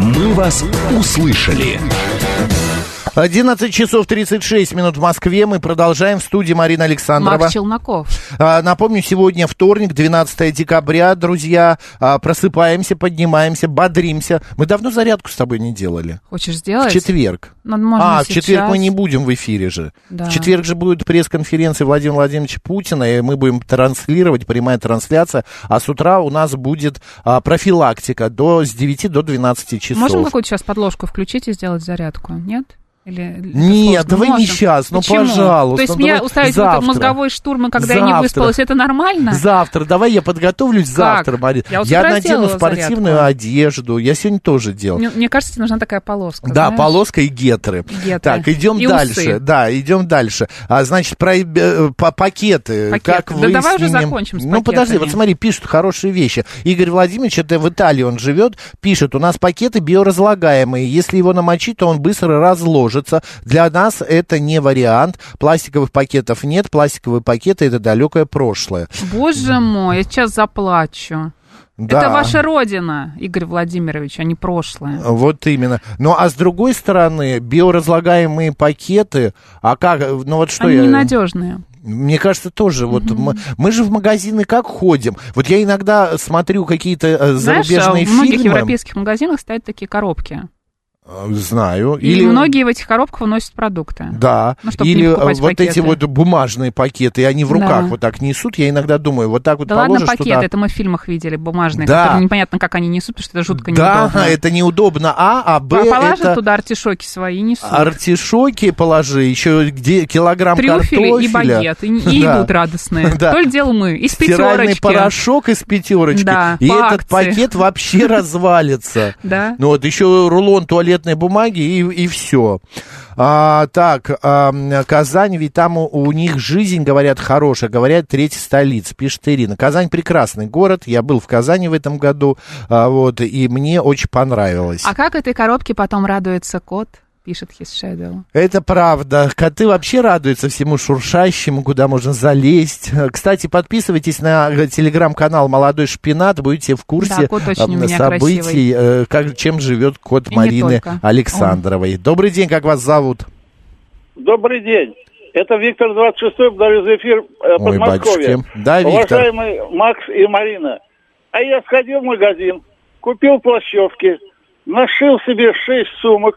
Speaker 3: «Мы вас услышали».
Speaker 1: 11 часов 36 минут в Москве. Мы продолжаем в студии Марина Александрова.
Speaker 2: Макс Челноков.
Speaker 1: А, Напомню, сегодня вторник, 12 декабря, друзья. А, Просыпаемся, поднимаемся, бодримся. Мы давно зарядку с тобой не делали.
Speaker 2: Хочешь
Speaker 1: В
Speaker 2: сделать?
Speaker 1: четверг.
Speaker 2: Ну, можно
Speaker 1: а, в четверг
Speaker 2: сейчас.
Speaker 1: мы не будем в эфире же.
Speaker 2: Да.
Speaker 1: В четверг же будет пресс-конференция Владимира Владимировича Путина, и мы будем транслировать, прямая трансляция. А с утра у нас будет а, профилактика до, с 9 до 12 часов.
Speaker 2: Можем какую-то сейчас подложку включить и сделать зарядку? Нет? Или, или сложно?
Speaker 1: Нет, давай не
Speaker 2: Можем.
Speaker 1: щас, ну,
Speaker 2: Почему?
Speaker 1: пожалуйста,
Speaker 2: То есть
Speaker 1: ну,
Speaker 2: меня
Speaker 1: давай
Speaker 2: уставить вот
Speaker 1: завтра.
Speaker 2: этот мозговой штурм, и когда я не
Speaker 1: Завтра.
Speaker 2: выспалась, это нормально?
Speaker 1: Завтра, давай я подготовлюсь завтра, Марина.
Speaker 2: Я вот с утра
Speaker 1: надену
Speaker 2: сделала
Speaker 1: спортивную
Speaker 2: зарядку.
Speaker 1: одежду. Я сегодня тоже делал.
Speaker 2: Мне, мне кажется, тебе нужна такая полоска.
Speaker 1: Да,
Speaker 2: знаешь?
Speaker 1: полоска и гетры.
Speaker 2: гетры.
Speaker 1: Так, идем
Speaker 2: И
Speaker 1: дальше.
Speaker 2: усы.
Speaker 1: Да, идем дальше. А значит, про э, э, па- пакеты.
Speaker 2: Пакеты.
Speaker 1: Как
Speaker 2: Да
Speaker 1: вы
Speaker 2: давай
Speaker 1: с
Speaker 2: уже
Speaker 1: ними-
Speaker 2: закончим с
Speaker 1: Ну, подожди,
Speaker 2: пакетами.
Speaker 1: вот смотри, пишут хорошие вещи. Игорь Владимирович, это в Италии он живет, пишет, у нас пакеты биоразлагаемые. Если его намочить, то он быстро разложится. Для нас это не вариант. Пластиковых пакетов нет. Пластиковые пакеты – это далекое прошлое.
Speaker 2: Боже мой, я сейчас заплачу. Это ваша родина, Игорь Владимирович, а не прошлое.
Speaker 1: Вот именно. Ну, а с другой стороны, биоразлагаемые пакеты, а как, ну вот что
Speaker 2: Они
Speaker 1: я...
Speaker 2: ненадежные.
Speaker 1: Мне кажется, тоже. Вот мы, мы же в магазины как ходим. Вот я иногда смотрю какие-то э,
Speaker 2: Знаешь, а в
Speaker 1: зарубежные
Speaker 2: многих
Speaker 1: фильмы.
Speaker 2: европейских магазинах стоят такие коробки.
Speaker 1: Э, Знаю.
Speaker 2: И многие в этих коробках выносят продукты.
Speaker 1: Да.
Speaker 2: Ну, чтоб не
Speaker 1: Или э,
Speaker 2: покупать
Speaker 1: вот эти
Speaker 2: пакеты.
Speaker 1: вот бумажные пакеты, и они в
Speaker 2: Да.
Speaker 1: руках вот так несут. Я иногда думаю, вот так вот
Speaker 2: Да ладно,
Speaker 1: положишь
Speaker 2: пакеты,
Speaker 1: туда.
Speaker 2: это мы в фильмах видели, бумажные,
Speaker 1: Да.
Speaker 2: которые непонятно, как они несут, потому что это жутко
Speaker 1: да,
Speaker 2: неудобно.
Speaker 1: это неудобно. А, а Б
Speaker 2: По- Положат
Speaker 1: это
Speaker 2: туда артишоки свои и несут.
Speaker 1: артишоки положи, еще где килограмм
Speaker 2: Трюфели
Speaker 1: картофеля.
Speaker 2: и багет, и, и
Speaker 1: Да.
Speaker 2: идут радостные.
Speaker 1: Да.
Speaker 2: То ли дело мы, из
Speaker 1: Стиральный
Speaker 2: пятерочки.
Speaker 1: порошок из пятерочки.
Speaker 2: Да,
Speaker 1: и
Speaker 2: по
Speaker 1: этот
Speaker 2: акции.
Speaker 1: пакет вообще развалится.
Speaker 2: Да.
Speaker 1: Ну вот, еще рулон туалетной бумаги и, и все. так, а, м, Казань, ведь там у, у них жизнь, говорят, хорошая, говорят, третья столица, пишет Ирина. Казань прекрасный город, я был в Казани в этом году, а, вот, и мне очень понравилось.
Speaker 2: А как этой коробке потом радуется кот? Пишет His Shadow.
Speaker 1: Это правда. Коты вообще радуются всему шуршащему, куда можно залезть. Э, Кстати, подписывайтесь на э, телеграм-канал «Молодой шпинат». Будете в курсе
Speaker 2: Да, кот очень
Speaker 1: об-
Speaker 2: у меня
Speaker 1: событий, э, как, чем живет кот
Speaker 2: И не
Speaker 1: Марины
Speaker 2: только.
Speaker 1: Александровой. Добрый день, как вас зовут?
Speaker 5: Добрый день. Это Виктор 26-й, благодарю за эфир э,
Speaker 1: Ой,
Speaker 5: Подмосковье.
Speaker 1: батюшки. Да, Виктор.
Speaker 5: Уважаемый Макс и Марина, а я сходил в магазин, купил плащевки, нашил себе шесть сумок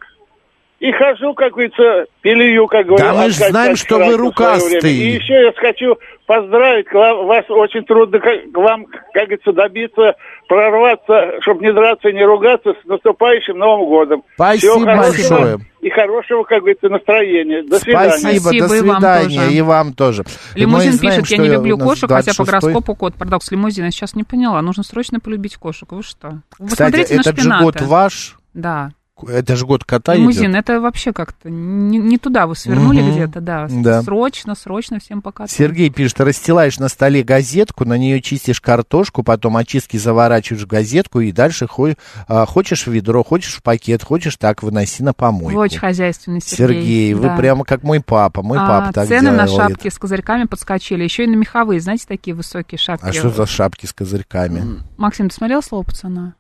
Speaker 5: и хожу, как говорится, пилию, как говорится.
Speaker 1: мы ж знаем, что вы рукастый.
Speaker 5: И еще я хочу поздравить к вам- вас, очень трудно как- к вам, как говорится, добиться, прорваться, чтобы не драться и не ругаться с наступающим Новым годом.
Speaker 1: Спасибо
Speaker 5: Всего хорошего
Speaker 1: большое.
Speaker 5: И хорошего, как говорится, настроения. До свидания.
Speaker 1: Спасибо, до
Speaker 2: Спасибо, и вам
Speaker 1: свидания,
Speaker 2: тоже.
Speaker 1: и вам тоже.
Speaker 2: Лимузин
Speaker 1: Мы знаем,
Speaker 2: пишет, я
Speaker 1: что
Speaker 2: не
Speaker 1: у
Speaker 2: люблю
Speaker 1: нас
Speaker 2: кошек, хотя по
Speaker 1: 26-й.
Speaker 2: гороскопу кот. Парадокс лимузина. Я сейчас не поняла. Нужно срочно полюбить кошек. Вы что? Вы
Speaker 1: Кстати,
Speaker 2: смотрите на
Speaker 1: этот же
Speaker 2: шпината.
Speaker 1: год ваш,
Speaker 2: Да.
Speaker 1: это же год кота
Speaker 2: Лимузин,
Speaker 1: идет.
Speaker 2: это вообще как-то не, не туда вы свернули
Speaker 1: Мгм.
Speaker 2: где-то, да.
Speaker 1: Да.
Speaker 2: Срочно, срочно всем пока.
Speaker 1: Сергей пишет, расстилаешь на столе газетку, на нее чистишь картошку, потом очистки заворачиваешь в газетку и дальше хо- а, хочешь в ведро, хочешь в пакет, хочешь так, выноси на помойку.
Speaker 2: Вы очень хозяйственный, Сергей.
Speaker 1: Сергей, вы
Speaker 2: Да.
Speaker 1: прямо как мой папа. Мой
Speaker 2: А,
Speaker 1: папа так
Speaker 2: цены на
Speaker 1: делает.
Speaker 2: шапки с козырьками подскочили. Еще и на меховые, знаете, такие высокие шапки.
Speaker 1: А что за шапки с козырьками?
Speaker 2: Максим, ты смотрел слово пацана?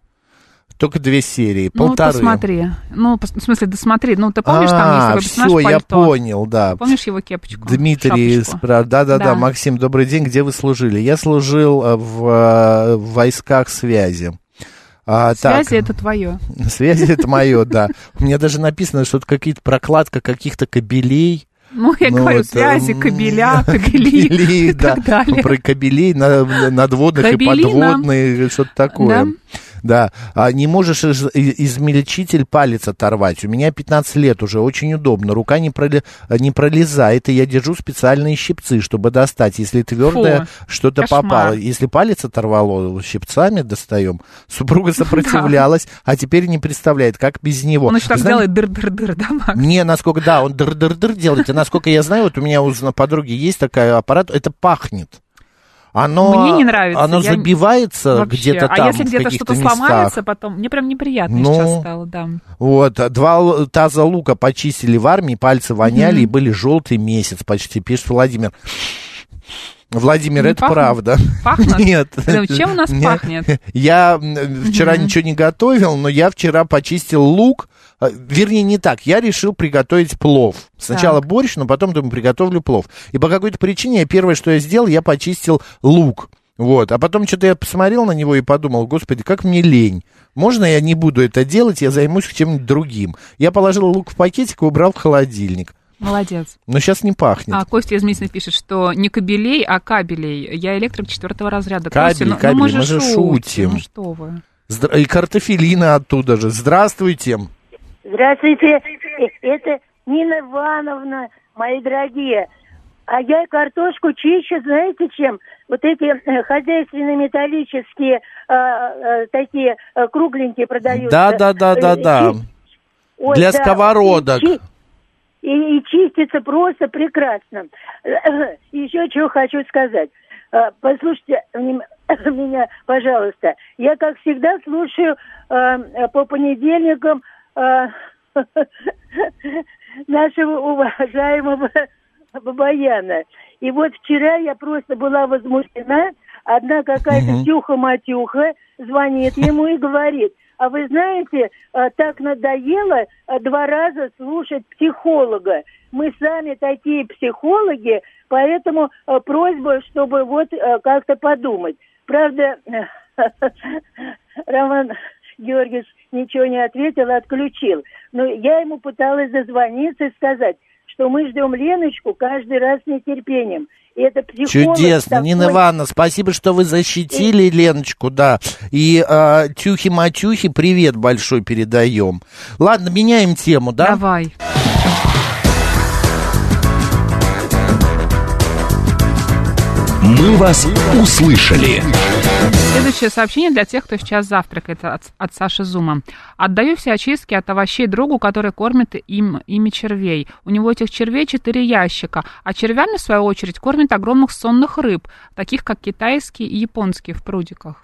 Speaker 1: Только две серии,
Speaker 2: Ну,
Speaker 1: полторы.
Speaker 2: посмотри. Ну, пос- в смысле, досмотри. Ну, ты помнишь, там есть
Speaker 1: а,
Speaker 2: такой персонаж
Speaker 1: все, я
Speaker 2: пальто?
Speaker 1: понял, да.
Speaker 2: Помнишь его кепочку?
Speaker 1: Дмитрий
Speaker 2: Шапочку?
Speaker 1: спра- Да-да-да,
Speaker 2: Да.
Speaker 1: Максим, добрый день. Где вы служили? Я служил э, в, э, в войсках связи. А, так.
Speaker 2: Связи это твое.
Speaker 1: Связи это мое, да. У меня даже написано, что это какие-то прокладка каких-то кабелей.
Speaker 2: Ну, я
Speaker 1: Ну,
Speaker 2: говорю,
Speaker 1: вот,
Speaker 2: связи,
Speaker 1: м,
Speaker 2: кабеля, кабели
Speaker 1: Кабелей,
Speaker 2: и
Speaker 1: да.
Speaker 2: так далее.
Speaker 1: Про кабелей на- надводных и
Speaker 2: Кабелина.
Speaker 1: подводных, что-то такое.
Speaker 2: Да.
Speaker 1: Да. А не можешь из- и- измельчитель палец оторвать. У меня 15 лет уже, очень удобно. Рука не, проли- не пролезает, и я держу специальные щипцы, чтобы достать, если твердое
Speaker 2: Фу,
Speaker 1: что-то
Speaker 2: кошмар.
Speaker 1: попало. Если палец оторвало, щипцами достаем. Супруга сопротивлялась, а теперь не представляет, как без него.
Speaker 2: Он еще так
Speaker 1: Знаете,
Speaker 2: делает дыр-дыр-дыр, да, Макс?
Speaker 1: Мне насколько, да, он дыр-дыр-дыр делает. И насколько я знаю, вот у меня у зна- подруги есть такой аппарат, это пахнет. Оно,
Speaker 2: Мне не нравится,
Speaker 1: Оно
Speaker 2: я не-
Speaker 1: забивается
Speaker 2: Вообще.
Speaker 1: где-то там,
Speaker 2: а если
Speaker 1: в
Speaker 2: где-то
Speaker 1: каких-то
Speaker 2: что-то
Speaker 1: местах.
Speaker 2: сломается потом, мне прям неприятно
Speaker 1: Ну,
Speaker 2: сейчас стало, да.
Speaker 1: Вот, а, два л- таза лука почистили в армии, пальцы воняли и были желтый месяц почти, пишет Владимир. Владимир,
Speaker 2: Не
Speaker 1: это
Speaker 2: пахнет?
Speaker 1: правда.
Speaker 2: Пахнет?
Speaker 1: Нет.
Speaker 2: Да, чем у нас
Speaker 1: Не-
Speaker 2: пахнет?
Speaker 1: Я м, вчера ничего не готовил, но я вчера почистил лук, э, вернее, не так, я решил приготовить плов. Сначала борщ, но потом, думаю, приготовлю плов. И по какой-то причине я первое, что я сделал, я почистил лук. Вот, а потом что-то я посмотрел на него и подумал, господи, как мне лень. Можно я не буду это делать, я займусь чем-нибудь другим. Я положил лук в пакетик и убрал в холодильник.
Speaker 2: Молодец.
Speaker 1: Но сейчас не пахнет.
Speaker 2: А Костя из Митина пишет, что не кабелей, а кабелей. Я электрик четвертого разряда.
Speaker 1: Кабель,
Speaker 2: Костя, ну, ну,
Speaker 1: кабель,
Speaker 2: мы же,
Speaker 1: мы же шутим.
Speaker 2: Ну что вы.
Speaker 1: Здра- И картофелина оттуда же. Здравствуйте.
Speaker 6: Здравствуйте, это Нина Ивановна, мои дорогие. А я картошку чищу, знаете чем? Вот эти э, хозяйственно-металлические э, э, такие э, кругленькие продаются. Э,
Speaker 1: Да, да, да, да, да.
Speaker 6: Ой,
Speaker 1: Для
Speaker 6: да,
Speaker 1: сковородок.
Speaker 6: И, чи- и- и чистится просто прекрасно. Еще чего хочу сказать. Э, Послушайте вним- меня, пожалуйста. Я, как всегда, слушаю э, э, по понедельникам э, нашего уважаемого Бабаяна. И вот вчера я просто была возмущена. Одна какая-то
Speaker 1: Мгм.
Speaker 6: тюха-матюха звонит ему и говорит, а вы знаете, э, так надоело э, два раза слушать психолога. Мы сами такие психологи, поэтому э, просьба, чтобы вот э, как-то подумать. Правда, Роман Георгиевич ничего не ответил, отключил. Но я ему пыталась зазвониться и сказать, что мы ждем Леночку каждый раз с нетерпением. И это психолог
Speaker 1: Чудесно,
Speaker 6: такой-
Speaker 1: Нина Ивановна, спасибо, что вы защитили Леночку, да. И э, Тюхи-Матюхи привет большой передаем. Ладно, меняем тему, да?
Speaker 2: Давай.
Speaker 3: «Мы вас услышали».
Speaker 2: Следующее сообщение для тех, кто сейчас завтракает от, от Саши Зума. Отдаю все очистки от овощей другу, который кормит им, ими червей. У него этих червей четыре ящика, а червями, в свою очередь, кормит огромных сонных рыб, таких как китайские и японские в прудиках.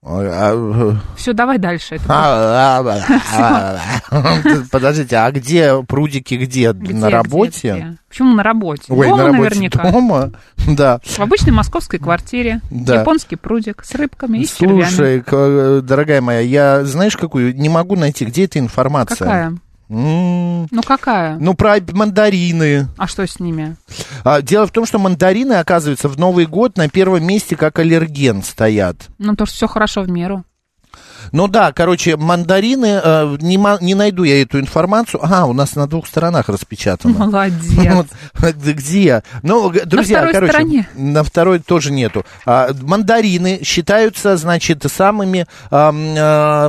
Speaker 1: А, э,
Speaker 2: Все, давай дальше. Это
Speaker 1: а, а, а, а. Подождите, а где прудики где?
Speaker 2: где,
Speaker 1: А На
Speaker 2: где,
Speaker 1: работе?
Speaker 2: где? Почему на работе?
Speaker 1: Ой,
Speaker 2: дома
Speaker 1: на работе
Speaker 2: наверняка.
Speaker 1: дома? Да.
Speaker 2: В обычной московской квартире.
Speaker 1: Да.
Speaker 2: Японский прудик с рыбками и с червями.
Speaker 1: Слушай, к- э, дорогая моя, я знаешь какую? Не могу найти, где эта информация.
Speaker 2: Какая?
Speaker 1: М,
Speaker 2: Ну какая?
Speaker 1: Ну, про мандарины.
Speaker 2: А что с ними?
Speaker 1: А, дело в том, что мандарины, оказывается, в Новый год на первом месте как аллерген стоят.
Speaker 2: Ну, то, что все хорошо в меру.
Speaker 1: Ну да, короче, мандарины, э, не, ма- не найду я эту информацию. А, у нас на двух сторонах распечатано.
Speaker 2: Молодец.
Speaker 1: Ну, Вот, где? Ну, г- друзья,
Speaker 2: второй
Speaker 1: короче,
Speaker 2: стороне.
Speaker 1: на второй тоже нету. А, мандарины считаются, значит, самыми ам, а,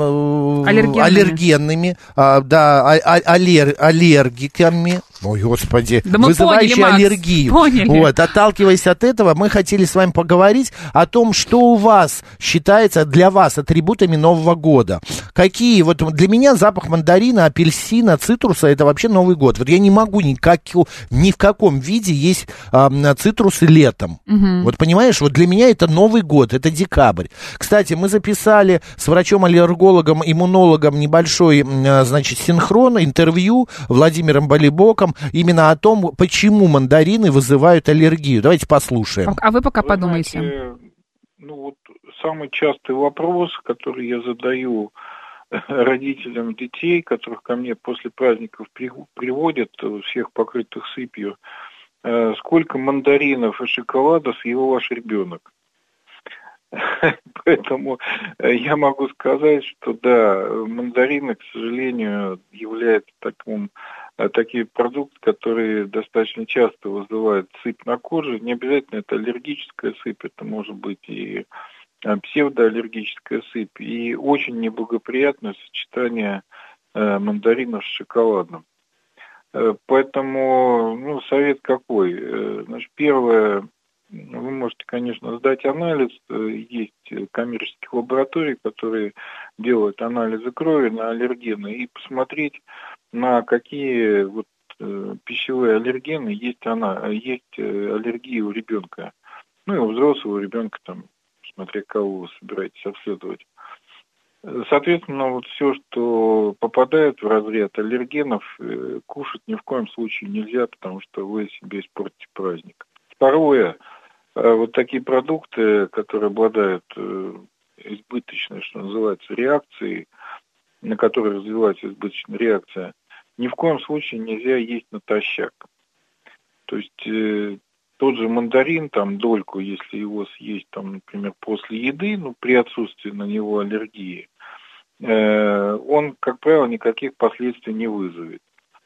Speaker 2: Аллергенными.
Speaker 1: аллергенными, а, да, а- а- аллер- аллергиками. Ой, господи,
Speaker 2: Да мы
Speaker 1: вызывающие
Speaker 2: поняли, Макс,
Speaker 1: аллергию.
Speaker 2: поняли.
Speaker 1: Вот, отталкиваясь от этого, мы хотели с вами поговорить о том, что у вас считается для вас атрибутами Нового года. Какие, вот для меня запах мандарина, апельсина, цитруса, это вообще Новый год. Вот я не могу никак, ни в каком виде есть ам, цитрусы летом. Вот понимаешь, вот для меня это Новый год, это декабрь. Кстати, мы записали с врачом-аллергологом, иммунологом небольшой, м, э, значит, синхрон, интервью Владимиром Болибоком именно о том, почему мандарины вызывают аллергию. Давайте послушаем.
Speaker 2: А вы пока подумайте.
Speaker 7: знаете, ну вот самый частый вопрос, который я задаю родителям детей, которых ко мне после праздников при- приводят, э, всех покрытых сыпью, э, сколько мандаринов и шоколада съел ваш ребенок? Поэтому э, я могу сказать, что да, э, мандарины, к сожалению, являются таким а такие продукты, которые достаточно часто вызывают сыпь на коже. Не обязательно это аллергическая сыпь, это может быть и э, псевдоаллергическая сыпь, и очень неблагоприятное сочетание э, мандаринов с шоколадом. Э, Поэтому ну, совет какой? Э, Значит, первое, м, вы можете, конечно, сдать анализ. Э, Есть э, коммерческие лаборатории, которые делают анализы крови на аллергены, и посмотреть, на какие вот э, пищевые аллергены есть она, есть э, аллергия у ребенка. Ну и у взрослого ребенка там, смотря кого вы собираетесь обследовать. Э, Соответственно, вот все, что попадает в разряд аллергенов, э, кушать ни в коем случае нельзя, потому что вы себе испортите праздник. Второе, э, вот такие продукты, которые обладают э, избыточной, что называется, реакцией, на которые развилась избыточная реакция, ни в коем случае нельзя есть натощак. То есть э, тот же мандарин, там дольку, если его съесть, там, например, после еды, ну, при отсутствии на него аллергии, э, он, как правило, никаких последствий не вызовет.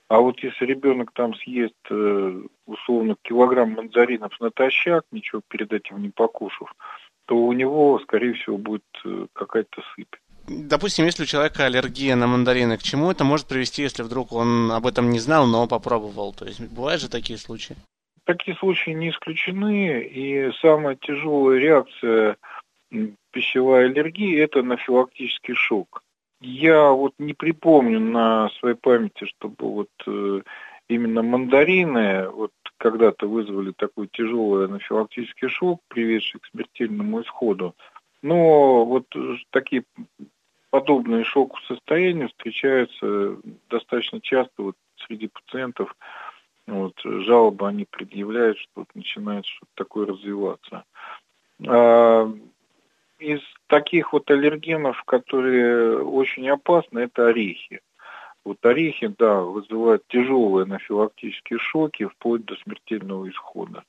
Speaker 7: А вот если ребенок там съест, э, условно, килограмм мандаринов натощак, ничего перед этим не покушав, то у него, скорее всего, будет э, какая-то сыпь.
Speaker 8: Допустим, если у человека аллергия на мандарины, к чему это может привести, если вдруг он об этом не знал, но попробовал? То есть бывают же такие случаи?
Speaker 7: Такие случаи не исключены, и самая тяжелая реакция пищевой аллергии – это анафилактический шок. Я вот не припомню на своей памяти, чтобы вот э, именно мандарины вот когда-то вызвали такой тяжелый анафилактический шок, приведший к смертельному исходу. Но вот э, такие подобные шоку состояния встречаются достаточно часто вот среди пациентов. Вот, жалобы они предъявляют, что вот начинает что-то такое развиваться. А, из таких вот аллергенов, которые очень опасны, это орехи. Вот орехи, да, вызывают тяжелые анафилактические шоки вплоть до смертельного исхода.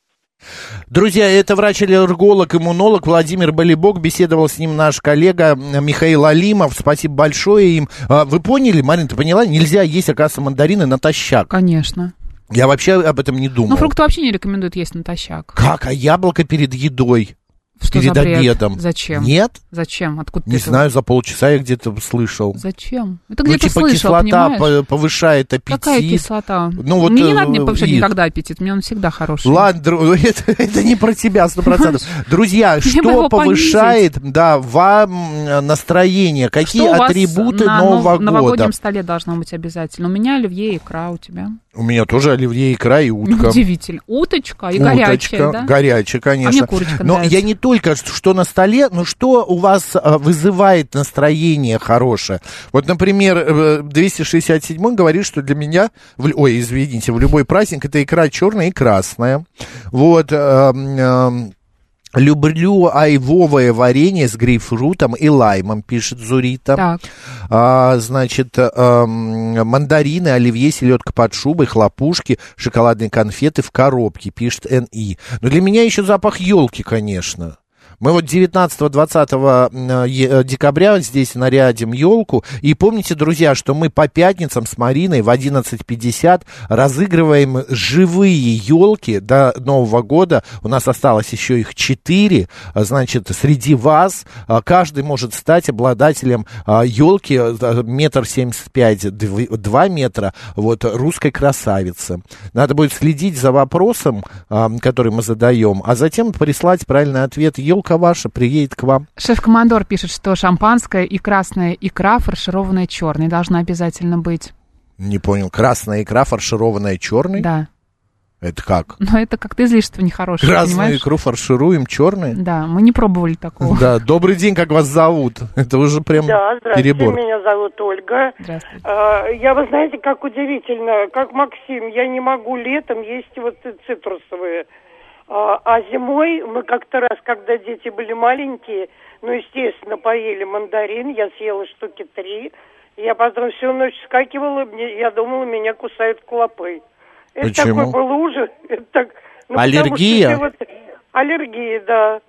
Speaker 1: Друзья, это врач-аллерголог, иммунолог Владимир Болибок. Беседовал с ним наш коллега Михаил Алимов. Спасибо большое им. А, Вы поняли, Марин, ты поняла? Нельзя есть, оказывается, мандарины натощак.
Speaker 2: Конечно.
Speaker 1: Я вообще об этом не думал.
Speaker 2: Ну, фрукты вообще не рекомендуют есть натощак.
Speaker 1: Как? А яблоко перед едой?
Speaker 2: Что за
Speaker 1: перед
Speaker 2: бред?
Speaker 1: обедом?
Speaker 2: Зачем?
Speaker 1: Нет?
Speaker 2: Зачем? Откуда
Speaker 1: Не
Speaker 2: ты это-
Speaker 1: знаю, за полчаса я где-то слышал.
Speaker 2: Зачем? Это
Speaker 1: ну,
Speaker 2: где-то
Speaker 1: типа
Speaker 2: слышал,
Speaker 1: кислота
Speaker 2: понимаешь?
Speaker 1: по- повышает аппетит.
Speaker 2: Какая кислота?
Speaker 1: Ну, вот,
Speaker 2: мне не
Speaker 1: э,
Speaker 2: надо мне повышать
Speaker 1: и-
Speaker 2: никогда аппетит, мне он всегда хороший.
Speaker 1: Ладно, дру- это, это не про тебя, сто процентов. Друзья,
Speaker 2: Мне бы
Speaker 1: что
Speaker 2: его
Speaker 1: повышает да, вам э, настроение? Какие
Speaker 2: Что у вас
Speaker 1: атрибуты
Speaker 2: на нов-
Speaker 1: Нового года?
Speaker 2: новогоднем столе должно быть обязательно? У меня оливье, икра у тебя.
Speaker 1: У меня тоже оливье, икра и утка.
Speaker 2: Удивительно. Уточка и
Speaker 1: Уточка,
Speaker 2: горячая, да?
Speaker 1: горячая, конечно.
Speaker 2: А мне курочка
Speaker 1: но
Speaker 2: нравится.
Speaker 1: я не только что что на столе, но что у вас а, вызывает настроение хорошее. Вот, например, э, 267 говорит, что для меня, в л- ой, извините, в любой праздник это икра черная и красная. Вот. эм, эм, Люблю айвовое варенье с грейпфрутом и лаймом, пишет Зурита.
Speaker 2: Так.
Speaker 1: А, значит, эм, мандарины, оливье, селедка под шубой, хлопушки, шоколадные конфеты в коробке, пишет Н.И. Но для меня еще запах елки, конечно. Мы вот 19-20 э, декабря здесь нарядим елку. И помните, друзья, что мы по пятницам с Мариной в 11.50 разыгрываем живые елки до Нового года. У нас осталось еще их 4. Значит, среди вас а, каждый может стать обладателем а, елки а, метр семьдесят пять, дв- два метра, вот, русской красавицы. Надо будет следить за вопросом, а, который мы задаем, а затем прислать правильный ответ. Елка ваша приедет к вам.
Speaker 2: Шеф-командор пишет, что шампанское и красная икра, фаршированная черной, должна обязательно быть.
Speaker 1: Не понял, красная икра, фаршированная черной?
Speaker 2: Да.
Speaker 1: Это как?
Speaker 2: Но это как-то излишество нехорошее,
Speaker 1: Красную
Speaker 2: понимаешь?
Speaker 1: икру фаршируем черной?
Speaker 2: Да, мы не пробовали такого.
Speaker 1: Да, добрый день, как вас зовут? Это уже прям
Speaker 9: Да, здравствуйте,
Speaker 1: перебор.
Speaker 9: меня зовут Ольга.
Speaker 2: Здравствуйте.
Speaker 9: А, Я, вы знаете, как удивительно, как Максим, я не могу летом есть вот ц- цитрусовые. А а зимой мы как-то раз, когда дети были маленькие, ну, естественно, поели мандарин, я съела штуки три. Я потом всю ночь скакивала, мне, я думала, меня кусают клопы. Это
Speaker 1: Почему?
Speaker 9: такой был ужас. Это так, ну, потому что
Speaker 1: Аллергия?
Speaker 9: ты вот- аллергия, да.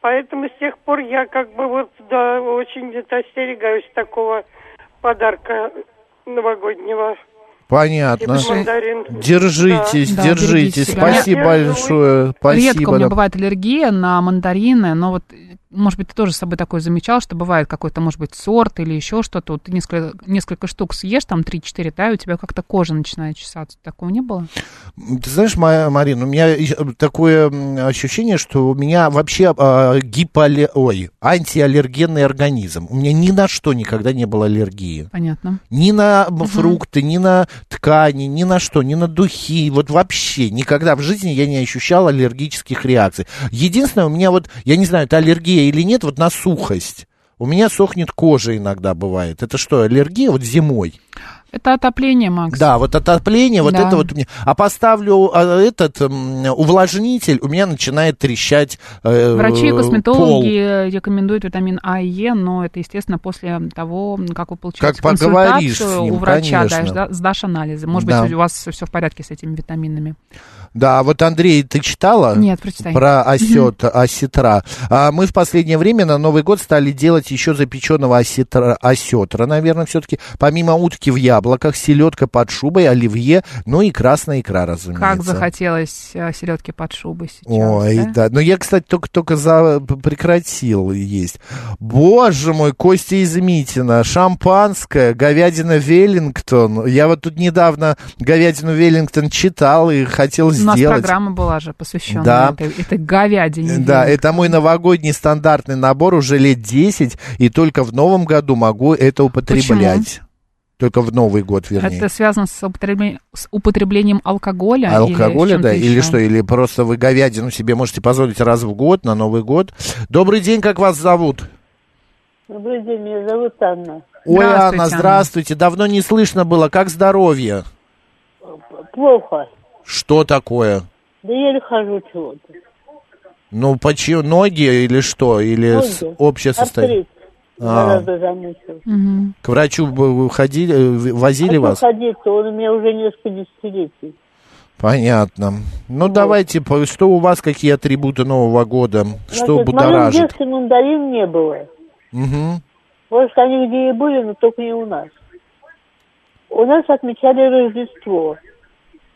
Speaker 9: Поэтому с тех пор я как бы вот, да, очень где-то остерегаюсь такого подарка новогоднего.
Speaker 1: Понятно.
Speaker 9: Типа мандарин.
Speaker 1: Держитесь,
Speaker 2: Да,
Speaker 1: держитесь.
Speaker 2: берегите себя.
Speaker 1: Спасибо
Speaker 2: Я держусь.
Speaker 1: большое. Спасибо.
Speaker 2: Редко у меня
Speaker 1: да.
Speaker 2: бывает аллергия на мандарины, но вот, э, может быть, ты тоже с собой такое замечал, что бывает какой-то, может быть, сорт или еще что-то. Вот ты несколько, несколько штук съешь, там 3-4, да, и у тебя как-то кожа начинает чесаться. Такого не было?
Speaker 1: Ты знаешь, Ма- Марин, у меня и- э, такое м, ощущение, что у меня вообще а, гипоалле- ой, антиаллергенный организм. У меня ни на что никогда не было аллергии.
Speaker 2: Понятно.
Speaker 1: Ни на м, фрукты, ни на ткани, ни на что, ни на духи. Вот вообще никогда в жизни я не ощущал аллергических реакций. Единственное, у меня вот, я не знаю, это аллергия или нет, вот на сухость. У меня сохнет кожа иногда бывает. Это что, аллергия вот зимой?
Speaker 2: Это отопление, Макс.
Speaker 1: Да, вот отопление, вот
Speaker 2: Да.
Speaker 1: это вот. мне. А поставлю а, этот м, увлажнитель, у меня начинает трещать э,
Speaker 2: Врачи и
Speaker 1: пол.
Speaker 2: косметологи рекомендуют витамин А и Е, но это, естественно, после того, как вы получаете
Speaker 1: Как поговоришь с
Speaker 2: консультацию
Speaker 1: ним,
Speaker 2: у врача,
Speaker 1: конечно.
Speaker 2: дашь, да, сдашь анализы. Может
Speaker 1: Да.
Speaker 2: быть, у вас все в порядке с этими витаминами.
Speaker 1: Да, вот Андрей, ты читала?
Speaker 2: Нет, прочитай.
Speaker 1: Про осет, осетра. А мы в последнее время на Новый год стали делать еще запеченного осетра, осетра, наверное, все-таки. Помимо утки в яблоках, селедка под шубой, оливье, ну и красная икра, разумеется.
Speaker 2: Как захотелось э, селедки под шубой сейчас.
Speaker 1: Ой,
Speaker 2: да?
Speaker 1: да. Но я, кстати, только-только за... прекратил есть. Боже мой, Костя Измитина, шампанское, говядина Веллингтон. Я вот тут недавно говядину Веллингтон читал и хотел
Speaker 2: У нас
Speaker 1: сделать.
Speaker 2: программа была же посвященная
Speaker 1: Да. Э,
Speaker 2: этой, этой говядине.
Speaker 1: Да, это мой новогодний стандартный набор уже лет 10, и только в новом году могу это употреблять. Только в Новый год, вернее.
Speaker 2: Это связано с, употребле- с употреблением алкоголя? или с
Speaker 1: Алкоголя,
Speaker 2: чем-то
Speaker 1: да, или
Speaker 2: еще?
Speaker 1: что, или просто вы говядину себе можете позволить раз в год, на Новый год. Добрый день, как вас зовут?
Speaker 10: Добрый день, меня зовут Анна.
Speaker 1: Ой, Анна, здравствуйте. Давно не слышно было. Как здоровье?
Speaker 10: Плохо.
Speaker 1: Что такое?
Speaker 10: Да еле хожу чего-то.
Speaker 1: Ну, почему? Ноги или что? Или с-
Speaker 10: Ноги.
Speaker 1: общее состояние?
Speaker 10: Артрит.
Speaker 1: А.
Speaker 10: Гораздо замучил.
Speaker 1: К врачу бы вы ходили, э, возили
Speaker 10: а
Speaker 1: вас?
Speaker 10: что ходить-то? Он у меня уже несколько десятилетий.
Speaker 1: Понятно. Ну, давайте, по- что у вас, какие атрибуты Нового года? Что
Speaker 10: Значит, в моем
Speaker 1: будоражит?
Speaker 10: детстве мандарин не было.
Speaker 1: Мгм.
Speaker 10: Может, они где и были, но только не у нас. У нас отмечали Рождество.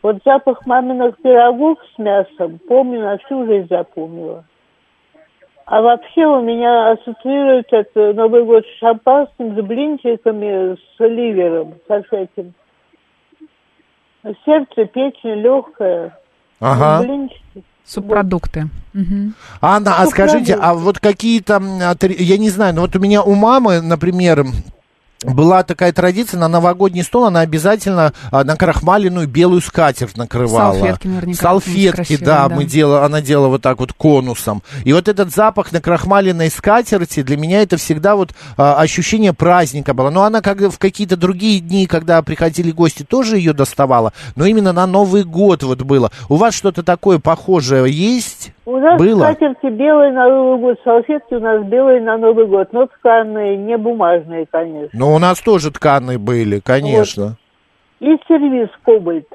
Speaker 10: Вот запах маминых пирогов с мясом, помню, на всю жизнь запомнила. А вообще у меня ассоциируется этот Новый год с шампанским, с блинчиками, с ливером, со всяким. Сердце, печень, легкое.
Speaker 1: Ага.
Speaker 10: Блинчики.
Speaker 2: Субпродукты. Мгм.
Speaker 1: Анна, а
Speaker 10: Ну,
Speaker 1: скажите,
Speaker 10: правильно.
Speaker 1: а вот какие-то, м, атри- я не знаю, ну вот у меня у мамы, например, м, была такая традиция, на новогодний стол она обязательно а, на крахмаленную белую скатерть накрывала.
Speaker 2: Салфетки наверняка
Speaker 1: Салфетки,
Speaker 2: какие-нибудь
Speaker 1: да,
Speaker 2: красивые, да.
Speaker 1: мы делала, она делала вот так вот конусом. И вот этот запах на крахмаленной скатерти, для меня это всегда вот а, ощущение праздника было. Но она как в какие-то другие дни, когда приходили гости, тоже ее доставала. Но именно на Новый год вот было. У вас что-то такое похожее есть?
Speaker 10: У нас
Speaker 1: Было?
Speaker 10: скатерти белые на Новый год, салфетки у нас белые на Новый год, но тканые, не бумажные, конечно.
Speaker 1: Ну, у нас тоже тканы были, конечно.
Speaker 10: И сервис кобальт.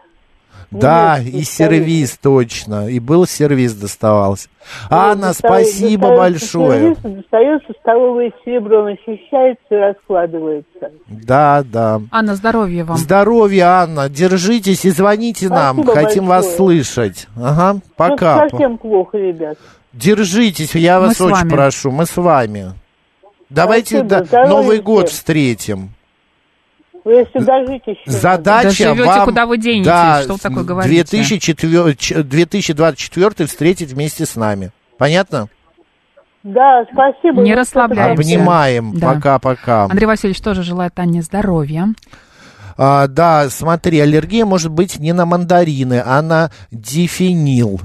Speaker 1: да,
Speaker 10: Немецкий,
Speaker 1: и сервис точно. И был сервис доставался. Анна,
Speaker 10: Достаю-
Speaker 1: спасибо
Speaker 10: достается
Speaker 1: большое.
Speaker 10: сервиз, Достается столовое серебро, он очищается и раскладывается.
Speaker 1: Да, да.
Speaker 2: Анна, здоровья вам.
Speaker 1: Здоровья, Анна. Держитесь и звоните нам.
Speaker 10: Спасибо
Speaker 1: Хотим вас
Speaker 10: большое.
Speaker 1: слышать. Ага,
Speaker 10: Ну,
Speaker 1: пока.
Speaker 10: совсем плохо, ребят.
Speaker 1: Держитесь, я
Speaker 10: Мы
Speaker 1: вас
Speaker 10: с
Speaker 1: очень
Speaker 10: вами.
Speaker 1: прошу. Мы с вами. Давайте
Speaker 10: Спасибо,
Speaker 1: да,
Speaker 10: здоровья
Speaker 1: Новый год
Speaker 10: всем.
Speaker 1: встретим.
Speaker 10: Вы сюда жить еще.
Speaker 1: Задача
Speaker 2: Доживете,
Speaker 1: вам...
Speaker 2: куда вы денетесь,
Speaker 1: да,
Speaker 2: что вы такое говорите.
Speaker 1: 2004 ч- 2024 встретить вместе с нами. Понятно?
Speaker 10: Да, спасибо.
Speaker 2: Не
Speaker 10: Ну,
Speaker 2: расслабляемся.
Speaker 1: Обнимаем.
Speaker 2: Да.
Speaker 1: Пока-пока.
Speaker 2: Андрей Васильевич тоже желает Анне здоровья.
Speaker 1: А, да, смотри, аллергия может быть не на мандарины, а на дифенил.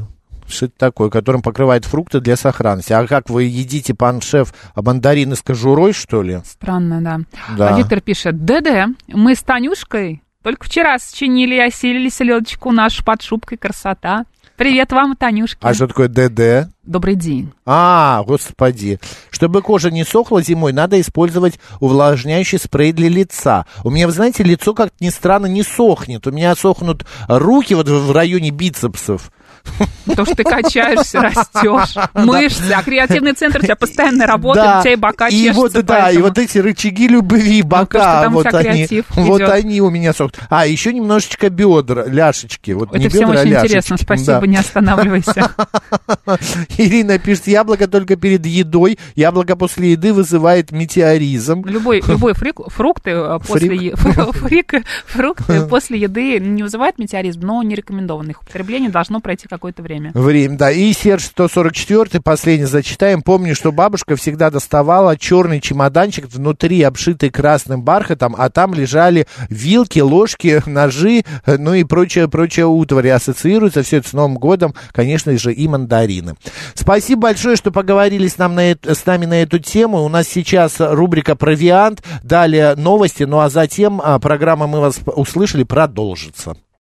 Speaker 1: Что это такое, которым покрывает фрукты для сохранности. А как вы едите, пан шеф, мандарины с кожурой, что ли?
Speaker 2: Странно, да.
Speaker 1: Да.
Speaker 2: А Виктор пишет, ДД, мы с Танюшкой только вчера сочинили и осилили селедочку нашу под шубкой красота. Привет вам, Танюшки.
Speaker 1: А что такое ДД?
Speaker 2: Добрый день.
Speaker 1: А, господи. Чтобы кожа не сохла зимой, надо использовать увлажняющий спрей для лица. У меня, вы знаете, лицо как-то ни странно не сохнет. У меня сохнут руки вот в районе бицепсов.
Speaker 2: Ну, То, что ты качаешься, растешь, мышцы, а креативный центр у тебя постоянно работает,
Speaker 1: Да.
Speaker 2: у тебя и бока
Speaker 1: и
Speaker 2: чешутся,
Speaker 1: вот, да, и
Speaker 2: поэтому-
Speaker 1: вот эти рычаги любви,
Speaker 2: что
Speaker 1: бока,
Speaker 2: там у
Speaker 1: вот
Speaker 2: тебя
Speaker 1: они,
Speaker 2: креатив
Speaker 1: вот
Speaker 2: идет.
Speaker 1: они у меня сохнут. А, еще немножечко бедра, ляшечки. Вот не
Speaker 2: Это всем
Speaker 1: бедра, а
Speaker 2: очень
Speaker 1: ляшечки.
Speaker 2: интересно, спасибо,
Speaker 1: Да.
Speaker 2: не останавливайся.
Speaker 1: Ирина пишет, яблоко только перед едой, яблоко после еды вызывает метеоризм.
Speaker 2: Любой, любой фрик- фрукты э, после
Speaker 1: Фрик.
Speaker 2: е- фрик- фрукты после еды не вызывают метеоризм, но не рекомендовано их употребление, должно пройти какое-то время.
Speaker 1: Время, да. И Серж 144, последний зачитаем. Помню, что бабушка всегда доставала черный чемоданчик, внутри обшитый красным бархатом, а там лежали вилки, ложки, ножи, э, ну и прочее, прочее утварь. И ассоциируется все это с Новым годом, конечно же, и мандарины. Спасибо большое, что поговорили с, нам на, эт- с нами на эту тему. У нас сейчас рубрика «Провиант», далее новости, ну а затем а, программа «Мы вас услышали» продолжится.